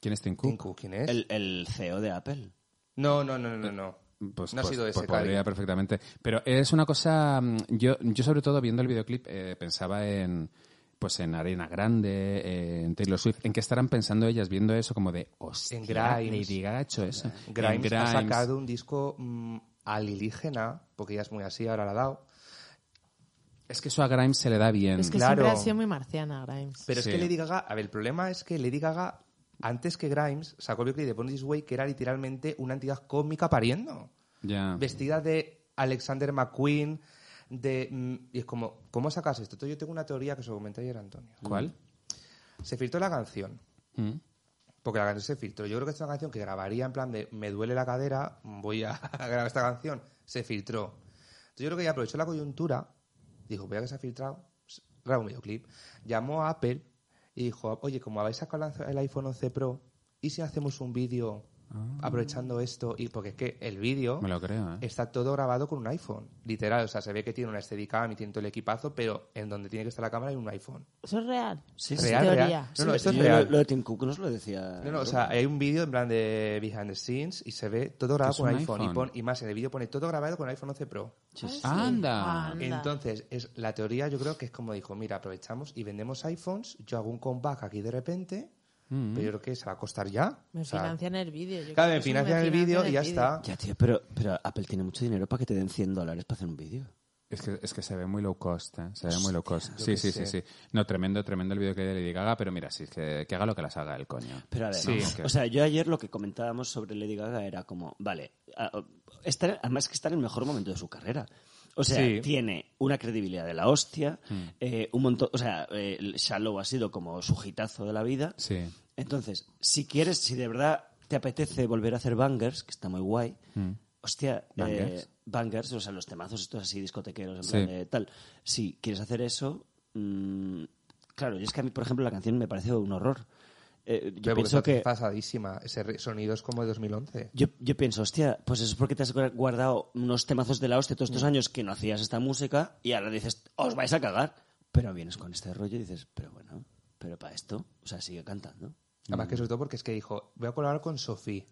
S2: ¿Quién es Tim
S4: Tim
S2: Cook?
S4: Cook, ¿quién es?
S6: el, el CEO de Apple.
S4: No, no, no, no, no.
S2: Pues,
S4: no
S2: pues,
S4: ha sido ese,
S2: pues podría
S4: Cari.
S2: perfectamente. Pero es una cosa. mm, Yo, yo sobre todo viendo el videoclip, eh, pensaba en. Pues en Arena Grande, eh, en Taylor Swift. ¿En qué estarán pensando ellas viendo eso? Como de. Hostia,
S4: En Grimes.
S2: Lady Gaga ha hecho eso. En
S4: Grimes, ha
S2: Grimes.
S4: sacado un disco mm, alienígena, porque ya es muy así, ahora la ha dado.
S2: Es que eso a Grimes se le da bien.
S5: Es que
S4: Claro.
S5: siempre ha sido muy marciana, Grimes.
S4: Pero
S2: Sí.
S4: es que Lady Gaga, a ver, el problema es que Lady Gaga, antes que Grimes, sacó el videoclip de Born This Way, que era literalmente una entidad cómica pariendo.
S2: Ya.
S4: vestida de Alexander McQueen, de... mm, Y es como, ¿cómo sacas esto? Entonces yo tengo una teoría que se lo comenté ayer a Antonio.
S2: ¿Cuál?
S4: Se filtró la canción,
S2: Mm.
S4: porque la canción se filtró. Yo creo que es una canción que grabaría en plan de, me duele la cadera, voy a (laughs) grabar esta canción. Se filtró. Entonces yo creo que ya aprovechó la coyuntura, dijo, voy a que se ha filtrado, s- grabo un videoclip. Llamó a Apple y dijo, oye, como habéis sacado el iPhone 11 Pro, ¿y si hacemos un vídeo aprovechando esto? Y porque es que el vídeo
S2: Ah. Me lo creo, ¿eh?
S4: está todo grabado con un iPhone, literal. O sea, se ve que tiene una Steadicam y tiene todo el equipazo, pero en donde tiene que estar la cámara hay un iPhone.
S5: Eso es real.
S6: Sí,
S5: Es
S6: sí.
S4: Real,
S5: teoría.
S4: real. No,
S6: Sí,
S4: no, esto es
S6: yo
S4: real.
S6: Lo, lo de Tim Cook nos lo
S5: Ah,
S6: decía.
S4: No, no, o sea, hay un vídeo en plan de behind the scenes y se ve todo grabado
S2: Es
S4: con
S2: un
S4: iPhone.
S2: iPhone.
S4: Y, pon- y más, en el vídeo pone todo grabado con iPhone 11 Pro.
S2: Anda.
S5: Anda.
S4: Entonces, es la teoría yo creo que es como dijo, mira, aprovechamos y vendemos iPhones, yo hago un comeback aquí de repente,
S6: Mm.
S4: pero yo creo que se va a costar ya.
S5: Me
S4: O sea,
S5: financian el vídeo.
S4: Claro,
S5: yo creo
S4: me
S5: que sí,
S4: financian el vídeo y ya
S5: vídeo.
S4: está.
S6: Ya, tío, pero, pero Apple tiene mucho dinero para que te den 100 dólares para hacer un vídeo.
S2: Es que, es que se ve muy low cost, ¿eh? se ve muy low cost. Sí,
S4: qué
S2: sí, sí, sí.
S4: sé.
S2: No, tremendo, tremendo el videoclip de Lady Gaga, pero mira, sí, que, que haga lo que las haga el coño.
S6: Pero además,
S2: que-
S6: o sea, yo ayer lo que comentábamos sobre Lady Gaga era como, vale, a- o- está, además que está en el mejor momento de su carrera. O sea,
S2: Sí. Hmm.
S6: tiene una credibilidad de la hostia, eh, un montón, o sea, eh, el Shallow ha sido como su hitazo de la vida.
S2: Sí.
S6: Entonces, si quieres, si de verdad te apetece volver a hacer bangers, que está muy guay,
S4: Mm.
S6: hostia,
S2: Bangers.
S6: eh, bangers, o sea, los temazos estos así discotequeros, en
S2: Sí.
S6: plan de tal. Si quieres hacer eso, mm, claro, y es que a mí, por ejemplo, la canción me parece un horror. Eh, yo
S4: Pero porque
S6: pienso
S4: está
S6: que...
S4: pasadísima. Ese re- sonido es como de 2011.
S6: Yo, yo pienso, hostia, pues eso es porque te has
S4: Mm.
S6: guardado unos temazos de la hostia todos estos años que no hacías esta música y ahora dices, os vais a cagar. Pero vienes con este rollo y dices, pero bueno, pero para esto, o sea, sigue cantando.
S4: Además
S6: Mm.
S4: que sobre todo porque es que dijo, voy a colaborar con Sophie.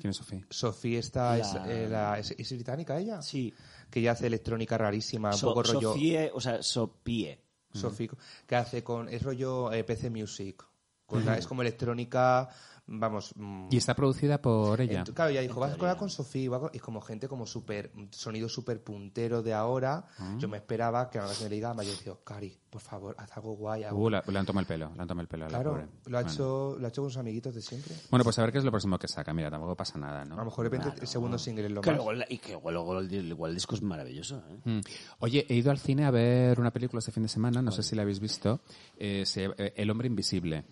S2: ¿Quién es Sofía?
S4: Sophie está, es,
S6: La-
S4: eh, la- es- ¿es británica ella?
S6: Sí.
S4: Que ella hace electrónica rarísima, un
S6: So-
S4: poco rollo...
S6: Sofie, o sea, Sopie.
S2: Mm.
S4: Sophie, que hace con... Es rollo eh, PC Music. Con la- es como electrónica, vamos... mm,
S2: Y está producida por ella.
S4: Ent- Claro, ella dijo, vas a colar
S6: teoría.
S4: con Sofía, vas a colar-". y como gente como súper, sonido súper puntero de ahora,
S2: Mm.
S4: yo me esperaba que a la vez me diga, me dijo, Cari, por favor, haz algo guay. algo-".
S2: Uh, la- le han tomado el pelo, le han tomado el pelo a la
S4: claro,
S2: pobre.
S4: lo ha,
S2: Bueno.
S4: hecho, lo ha hecho con sus amiguitos de siempre.
S2: Bueno, pues a ver qué es lo próximo que saca. Mira, tampoco pasa nada, ¿no?
S4: A lo mejor de repente el segundo single es lo
S6: Que
S4: más.
S6: luego la- y que luego, luego el, igual el disco es maravilloso. ¿eh?
S2: Mm. Oye, he ido al cine a ver una película este fin de semana, no sé si la habéis visto, eh, se- eh, El hombre invisible.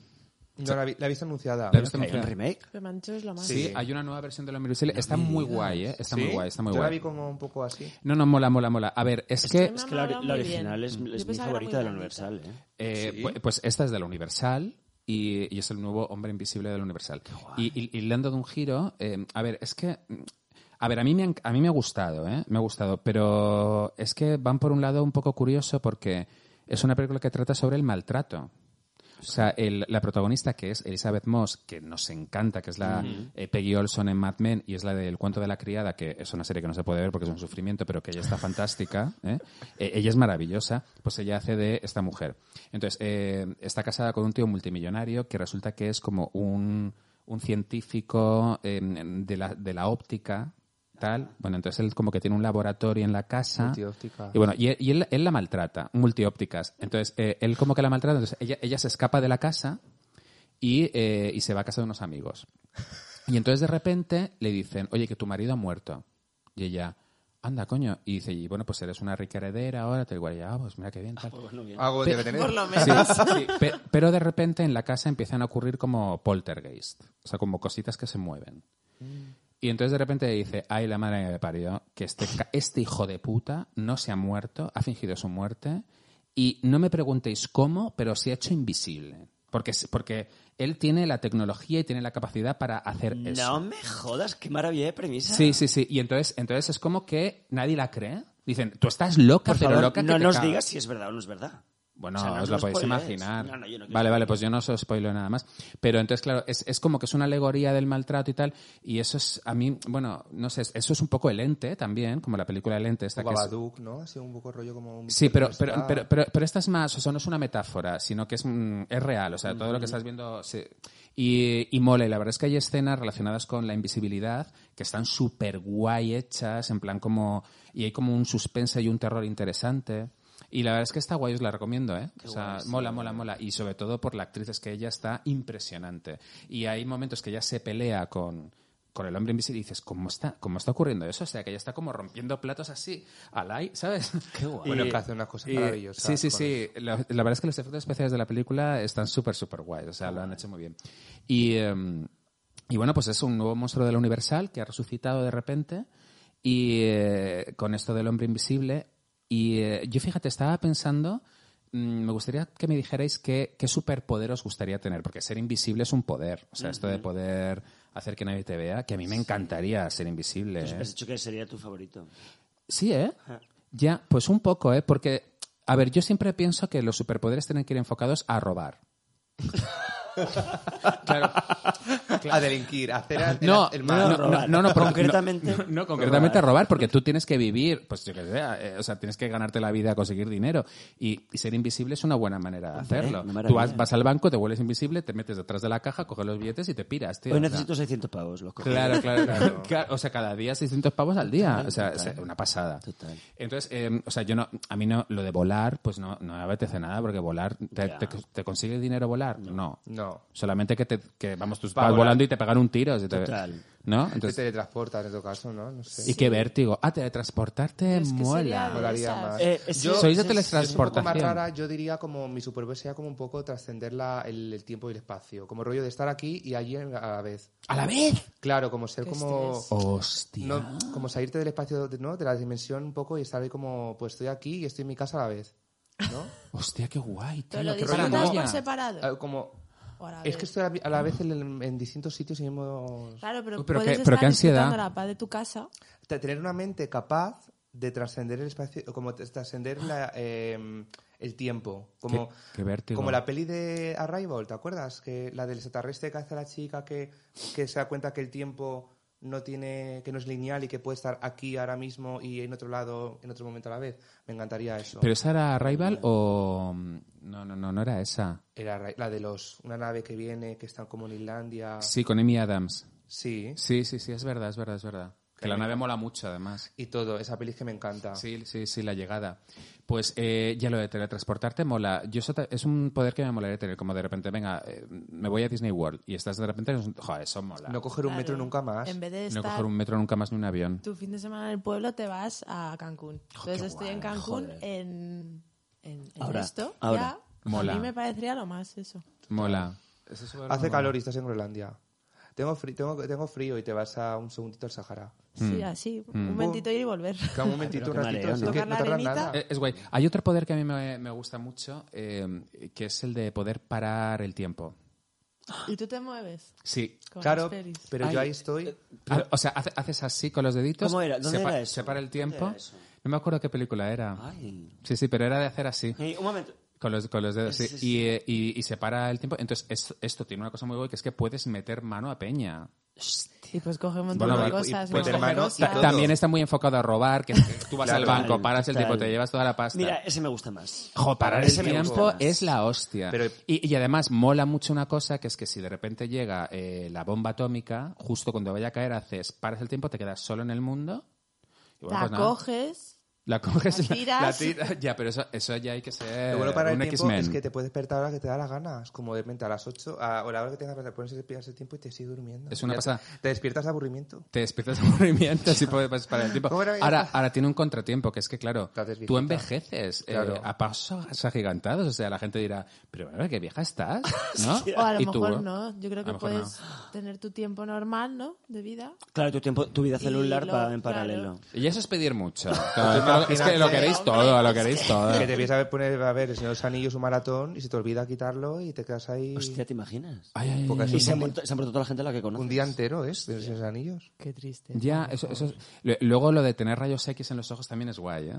S4: No, la, vi- la he visto anunciada.
S2: La he visto
S6: ¿Hay un
S2: (laughs) anunciada.
S6: remake?
S5: Pemancho es lo más.
S2: Sí, hay una nueva versión del hombre invisible. Está muy guay, ¿eh? Está muy
S4: ¿Sí?
S2: guay, está muy
S4: Yo la
S2: guay.
S4: vi Pues como un poco así.
S2: No, no, mola, mola, mola. A ver, es que...
S5: me
S6: Es
S5: ha
S6: que la,
S5: molado
S6: la
S5: muy
S6: original
S5: bien.
S6: es,
S5: Yo
S6: es mi
S5: pensaba que era
S6: favorita
S5: muy
S6: de la
S5: blandita.
S6: Universal. ¿eh?
S2: Eh,
S4: Sí.
S2: pu- Pues esta es de la Universal y, y es el nuevo hombre invisible de la Universal. Y, y- y le han dado un giro. eh, a ver, es que. mm, A ver, a mí, me han- a mí me ha gustado, ¿eh? Me ha gustado. Pero es que van por un lado un poco curioso porque es una película que trata sobre el maltrato. O sea, el- la protagonista que es Elizabeth Moss, que nos encanta, que es la eh, Peggy Olson en Mad Men y es la del cuento de la criada, que es una serie que no se puede ver porque es un sufrimiento, pero que ella está fantástica, ¿eh? Eh, ella es maravillosa, pues ella hace de esta mujer. Entonces, eh, está casada con un tío multimillonario que resulta que es como un, un científico eh, de, la, de la óptica. Tal. Bueno, entonces él como que tiene un laboratorio en la casa.
S4: Multióptica.
S2: Y bueno, y, él- y él, él la maltrata, multiópticas. Entonces, eh, él como que la maltrata, entonces ella, ella se escapa de la casa y, eh, y se va a casa de unos amigos. Y entonces de repente le dicen, oye, que tu marido ha muerto. Y ella, anda, coño. Y dice, y bueno, pues eres una rica heredera ahora, te igual, ya, pues mira qué bien, tal.
S6: Ah,
S4: Algo debe tener.
S2: Sí, sí, (laughs) pe- pero de repente en la casa empiezan a ocurrir como poltergeist, o sea, como cositas que se mueven. Y entonces de repente dice, ay, la madre que me parió, que este, ca- este hijo de puta no se ha muerto, ha fingido su muerte, y no me preguntéis cómo, pero se ha hecho invisible. Porque, s- porque él tiene la tecnología y tiene la capacidad para hacer eso.
S6: No me jodas, qué maravilla de premisa.
S2: Sí, sí, sí. Y entonces, entonces es como que nadie la cree. Dicen, tú estás loca,
S6: Por
S2: pero
S6: favor,
S2: loca que
S6: no
S2: te
S6: nos
S2: cagas".
S6: digas si es verdad o no es verdad.
S2: Bueno,
S6: O sea, no
S2: os
S6: os
S2: lo
S6: lo
S2: podéis
S6: spoilees.
S2: imaginar.
S6: No, no, yo no
S2: vale,
S6: quiero
S2: vale,
S6: spoilear.
S2: pues yo no os spoileo nada más. Pero entonces, claro, es, es como que es una alegoría del maltrato y tal. Y eso es, a mí, bueno, no sé, eso es un poco el ente también, como la película El ente. Esta
S4: O
S2: que es-
S4: Babadook, ¿no? Ha sido un poco rollo como un. pues
S2: Sí, pero,
S4: está-
S2: pero, pero, pero, pero esta es más, o sea, no es una metáfora, sino que es, mm, es real, o sea, todo lo que estás viendo se- y, y mole. La verdad es que hay escenas relacionadas con la invisibilidad que están súper guay hechas, en plan como, y hay como un suspense y un terror interesante. Y la verdad es que está guay, os la recomiendo, ¿eh? o sea, mola, mola, mola. Y sobre todo por la actriz, es que ella está impresionante. Y hay momentos que ella se pelea con, con el hombre invisible y dices, ¿cómo está, ¿cómo está ocurriendo eso? O sea, que ella está como rompiendo platos así, al aire, ¿sabes? Qué guay.
S4: Bueno, que hace unas cosas maravillosas
S2: Sí, sí,
S4: con
S2: sí. La, la verdad es que los efectos especiales de la película están súper, súper guays. O sea, lo han hecho muy bien. Y, em, y bueno, pues es un nuevo monstruo de la Universal que ha resucitado de repente y eh, con esto del hombre invisible. Y eh, yo, fíjate, estaba pensando... mm, Me gustaría que me dijerais qué, qué superpoder os gustaría tener, porque ser invisible es un poder. O sea, esto de poder hacer que nadie te vea, que a mí me encantaría ser invisible.
S4: Pues,
S2: ¿eh?
S6: Has dicho que sería tu favorito.
S2: Sí, ¿eh? Ya, pues un poco, ¿eh? Porque, a ver, yo siempre pienso que los superpoderes tienen que ir enfocados a robar. claro.
S4: A delinquir, a hacer el-
S2: ah, No,
S4: el
S2: no,
S4: mal.
S2: no, no, no, no, porque-
S6: Concretamente,
S2: no, no, concretamente robar. porque tú tienes que vivir, pues yo que sé, eh, o sea, tienes que ganarte la vida, conseguir dinero. Y, y ser invisible es una buena manera de hacerlo.
S6: una maravilla.
S2: Tú vas, vas al banco, te vuelves invisible, te metes detrás de la caja, coges los billetes y te piras, tío.
S6: Hoy
S2: O sea,
S6: necesito 600 pavos, los cojo.
S2: Claro, claro,
S6: (laughs)
S2: claro. Claro, O sea, cada día 600 pavos al día. o sea, es una pasada.
S6: Total.
S2: Entonces, eh, o sea, yo no, a mí no, lo de volar, pues no, no me apetece nada, porque volar, ¿te,
S6: Ya.
S2: te, te consigue dinero volar? No.
S4: No.
S2: Solamente que, te, que vamos, tú
S4: a
S2: vas
S4: volar.
S2: volando y te pegan un tiro. si te-
S6: Total.
S2: ¿No?
S4: Te
S2: Entonces,
S4: teletransportas en todo caso, ¿no? No sé.
S2: y qué vértigo. Ah, teletransportarte
S5: Es que
S2: mola.
S5: sería-
S4: Molaría
S5: Esas.
S4: más.
S6: Eh, es-
S4: Yo-
S2: Sois de
S6: es-
S4: Es un poco más
S2: teletransportación.
S4: rara, yo diría como mi superpoder sería como un poco trascender la- el, el tiempo y el espacio. Como rollo de estar aquí y allí a la vez.
S2: ¿A la vez? Oh,
S4: Claro, como ser
S5: Qué
S4: como...
S5: estrés.
S2: Hostia.
S4: no- como salirte del espacio, de- ¿no? De la dimensión un poco y estar ahí como, pues estoy aquí y estoy en mi casa a la vez.
S5: (laughs)
S4: ¿No?
S2: Hostia, qué guay.
S5: Pero
S2: tío,
S5: lo
S2: qué
S5: disfrutas
S2: paranoia.
S5: por separado.
S4: Ah, Como...
S5: O a la
S4: Es que
S5: vez.
S4: estoy a la- a la vez en, en distintos sitios y hemos...
S5: Claro, pero,
S2: Pero qué-
S5: puedes
S2: pero
S5: estar
S2: qué ansiedad.
S5: disfrutando la paz de tu casa.
S4: te- tener una mente capaz de trascender el espacio, como t- trascender la, eh, el tiempo. Como,
S2: Qué- qué vértigo.
S4: Como la peli de Arrival, ¿te acuerdas? que La del extraterrestre que hace a la chica que, que se da cuenta que el tiempo no tiene que no es lineal y que puede estar aquí ahora mismo y en otro lado en otro momento a la vez me encantaría eso
S2: ¿Pero esa era Rival o...? No, no, no, no era esa.
S4: Era ra- la de los una nave que viene que están como en Islandia
S2: Sí, con Amy Adams.
S4: sí
S2: Sí, sí, sí, es verdad, es verdad, es verdad. Que la nave mola mucho, además.
S4: y todo esa peli es que me encanta
S2: Ah. Sí, sí, sí, la llegada. Pues eh, ya lo de teletransportarte mola. Yo eso ta- es un poder que me molaría tener, como de repente, venga, eh, me voy a Disney World y estás de repente, joder, eso mola.
S4: no coger un
S5: Claro.
S4: metro nunca más
S5: En vez de
S2: No
S5: estar
S2: coger un metro nunca más ni un avión.
S5: tu fin de semana en el pueblo, te vas a Cancún. Entonces
S6: qué
S5: estoy
S6: guay,
S5: en Cancún
S6: joder.
S5: en, en- en
S6: Ahora,
S5: esto.
S6: ahora.
S5: ya.
S2: Mola.
S5: A mí me parecería lo más eso.
S2: Mola.
S4: hace calor y estás en Groenlandia tengo frío tengo, tengo frío y te vas a un segundito al Sahara
S2: Mm.
S5: Sí, así,
S4: Mm.
S5: un momentito ir y volver.
S4: Que
S6: (laughs)
S4: un momentito un
S6: Pero qué
S4: ratito
S6: mareo,
S4: así
S6: ¿no?
S4: que
S5: Tocar
S4: no
S5: la
S4: tardas
S5: arenita.
S4: nada
S2: Eh, Es guay. Hay otro poder que a mí me, me gusta mucho, eh, que es el de poder parar el tiempo.
S5: (laughs) Y tú te mueves.
S2: Sí.
S5: con
S4: claro
S5: las pelis.
S4: pero yo
S6: Ay, Eh,
S4: ahí estoy
S2: Ah, o sea, hace- haces así con los deditos.
S6: ¿Cómo era? ¿Dónde
S2: sepa-
S6: era eso?
S2: Separa el
S6: ¿Dónde
S2: tiempo.
S6: era eso? Ah.
S2: No me acuerdo qué película era.
S6: Ay.
S2: Sí, sí, pero era de hacer así.
S6: Ey, un momento.
S2: Con los, con los dedos, sí.
S6: Sí, sí,
S2: Y, eh, y, y separa el tiempo. Entonces, es- esto tiene una cosa muy buena, que es que puedes meter mano a peña.
S5: Y pues coge un montón
S2: Bueno,
S5: de
S2: y- y
S5: cosas.
S4: puedes
S5: ¿no?
S4: hermano,
S5: Cosas.
S4: y todo.
S2: También está muy enfocado a robar, que que tú vas
S4: Claro.
S2: al banco, paras el
S6: Tal.
S2: tiempo, te llevas toda la pasta.
S6: Mira, ese me gusta más.
S2: Jo, parar
S6: Ese
S2: el
S6: me gusta
S2: tiempo
S6: más.
S2: es la hostia.
S4: Pero-
S2: y, y además mola mucho una cosa que es que si de repente llega eh, la bomba atómica, justo cuando vaya a caer haces, paras el tiempo, te quedas solo en el mundo. y bueno,
S5: La
S2: pues nada.
S5: coges.
S2: La coges,
S5: la
S2: la
S5: tiras.
S2: la tira- Ya, pero eso, eso ya hay que ser
S4: Lo bueno para el
S2: un
S4: tiempo
S2: X-Men.
S4: es que te puedes despertar a la hora que te da las ganas. Como de repente a las 8 a, o a la hora que tengas, te pones a despedirse el tiempo y te sigues durmiendo.
S2: Es una
S4: Ya te-
S2: pasada.
S4: Te despiertas de aburrimiento.
S2: te despiertas (laughs) de aburrimiento si puedes pasar para el tiempo.
S4: ¿Cómo era?
S2: Ahora, ahora tiene un contratiempo, que es que, claro,
S4: Te haces
S2: tú
S4: viejita.
S2: envejeces eh,
S4: Claro.
S2: a pasos agigantados. O sea, la gente dirá, pero bueno, qué vieja
S4: (laughs)
S2: estás, ¿no?
S5: O a lo
S2: Y tú,
S5: mejor
S2: ¿eh?
S5: no. Yo creo
S2: A
S5: que
S2: lo mejor
S5: puedes tener tu tiempo normal, ¿no? De vida.
S6: Claro, tu, tiempo, tu vida
S5: Y
S6: celular
S5: lo-
S6: va en
S5: claro.
S6: paralelo.
S2: Y eso es pedir
S4: (laughs)
S2: mucho. Claro, es que lo queréis todo, lo queréis todo.
S6: Ah.
S4: Que te piensas a ver, poner, a ver, el señor de los anillos, un maratón, y se te olvida quitarlo y te quedas ahí
S6: Hostia, ¿te imaginas?
S2: Ay, ay,
S4: Porque
S2: ay,
S4: así
S6: Y se ha
S4: un-
S6: muerto, se ha muerto toda la gente a la que conoces.
S4: un día entero, ¿es? De los señores anillos.
S5: Qué triste.
S2: Ya, eso, eso es- le- Luego lo de tener rayos X en los ojos también es guay, ¿eh?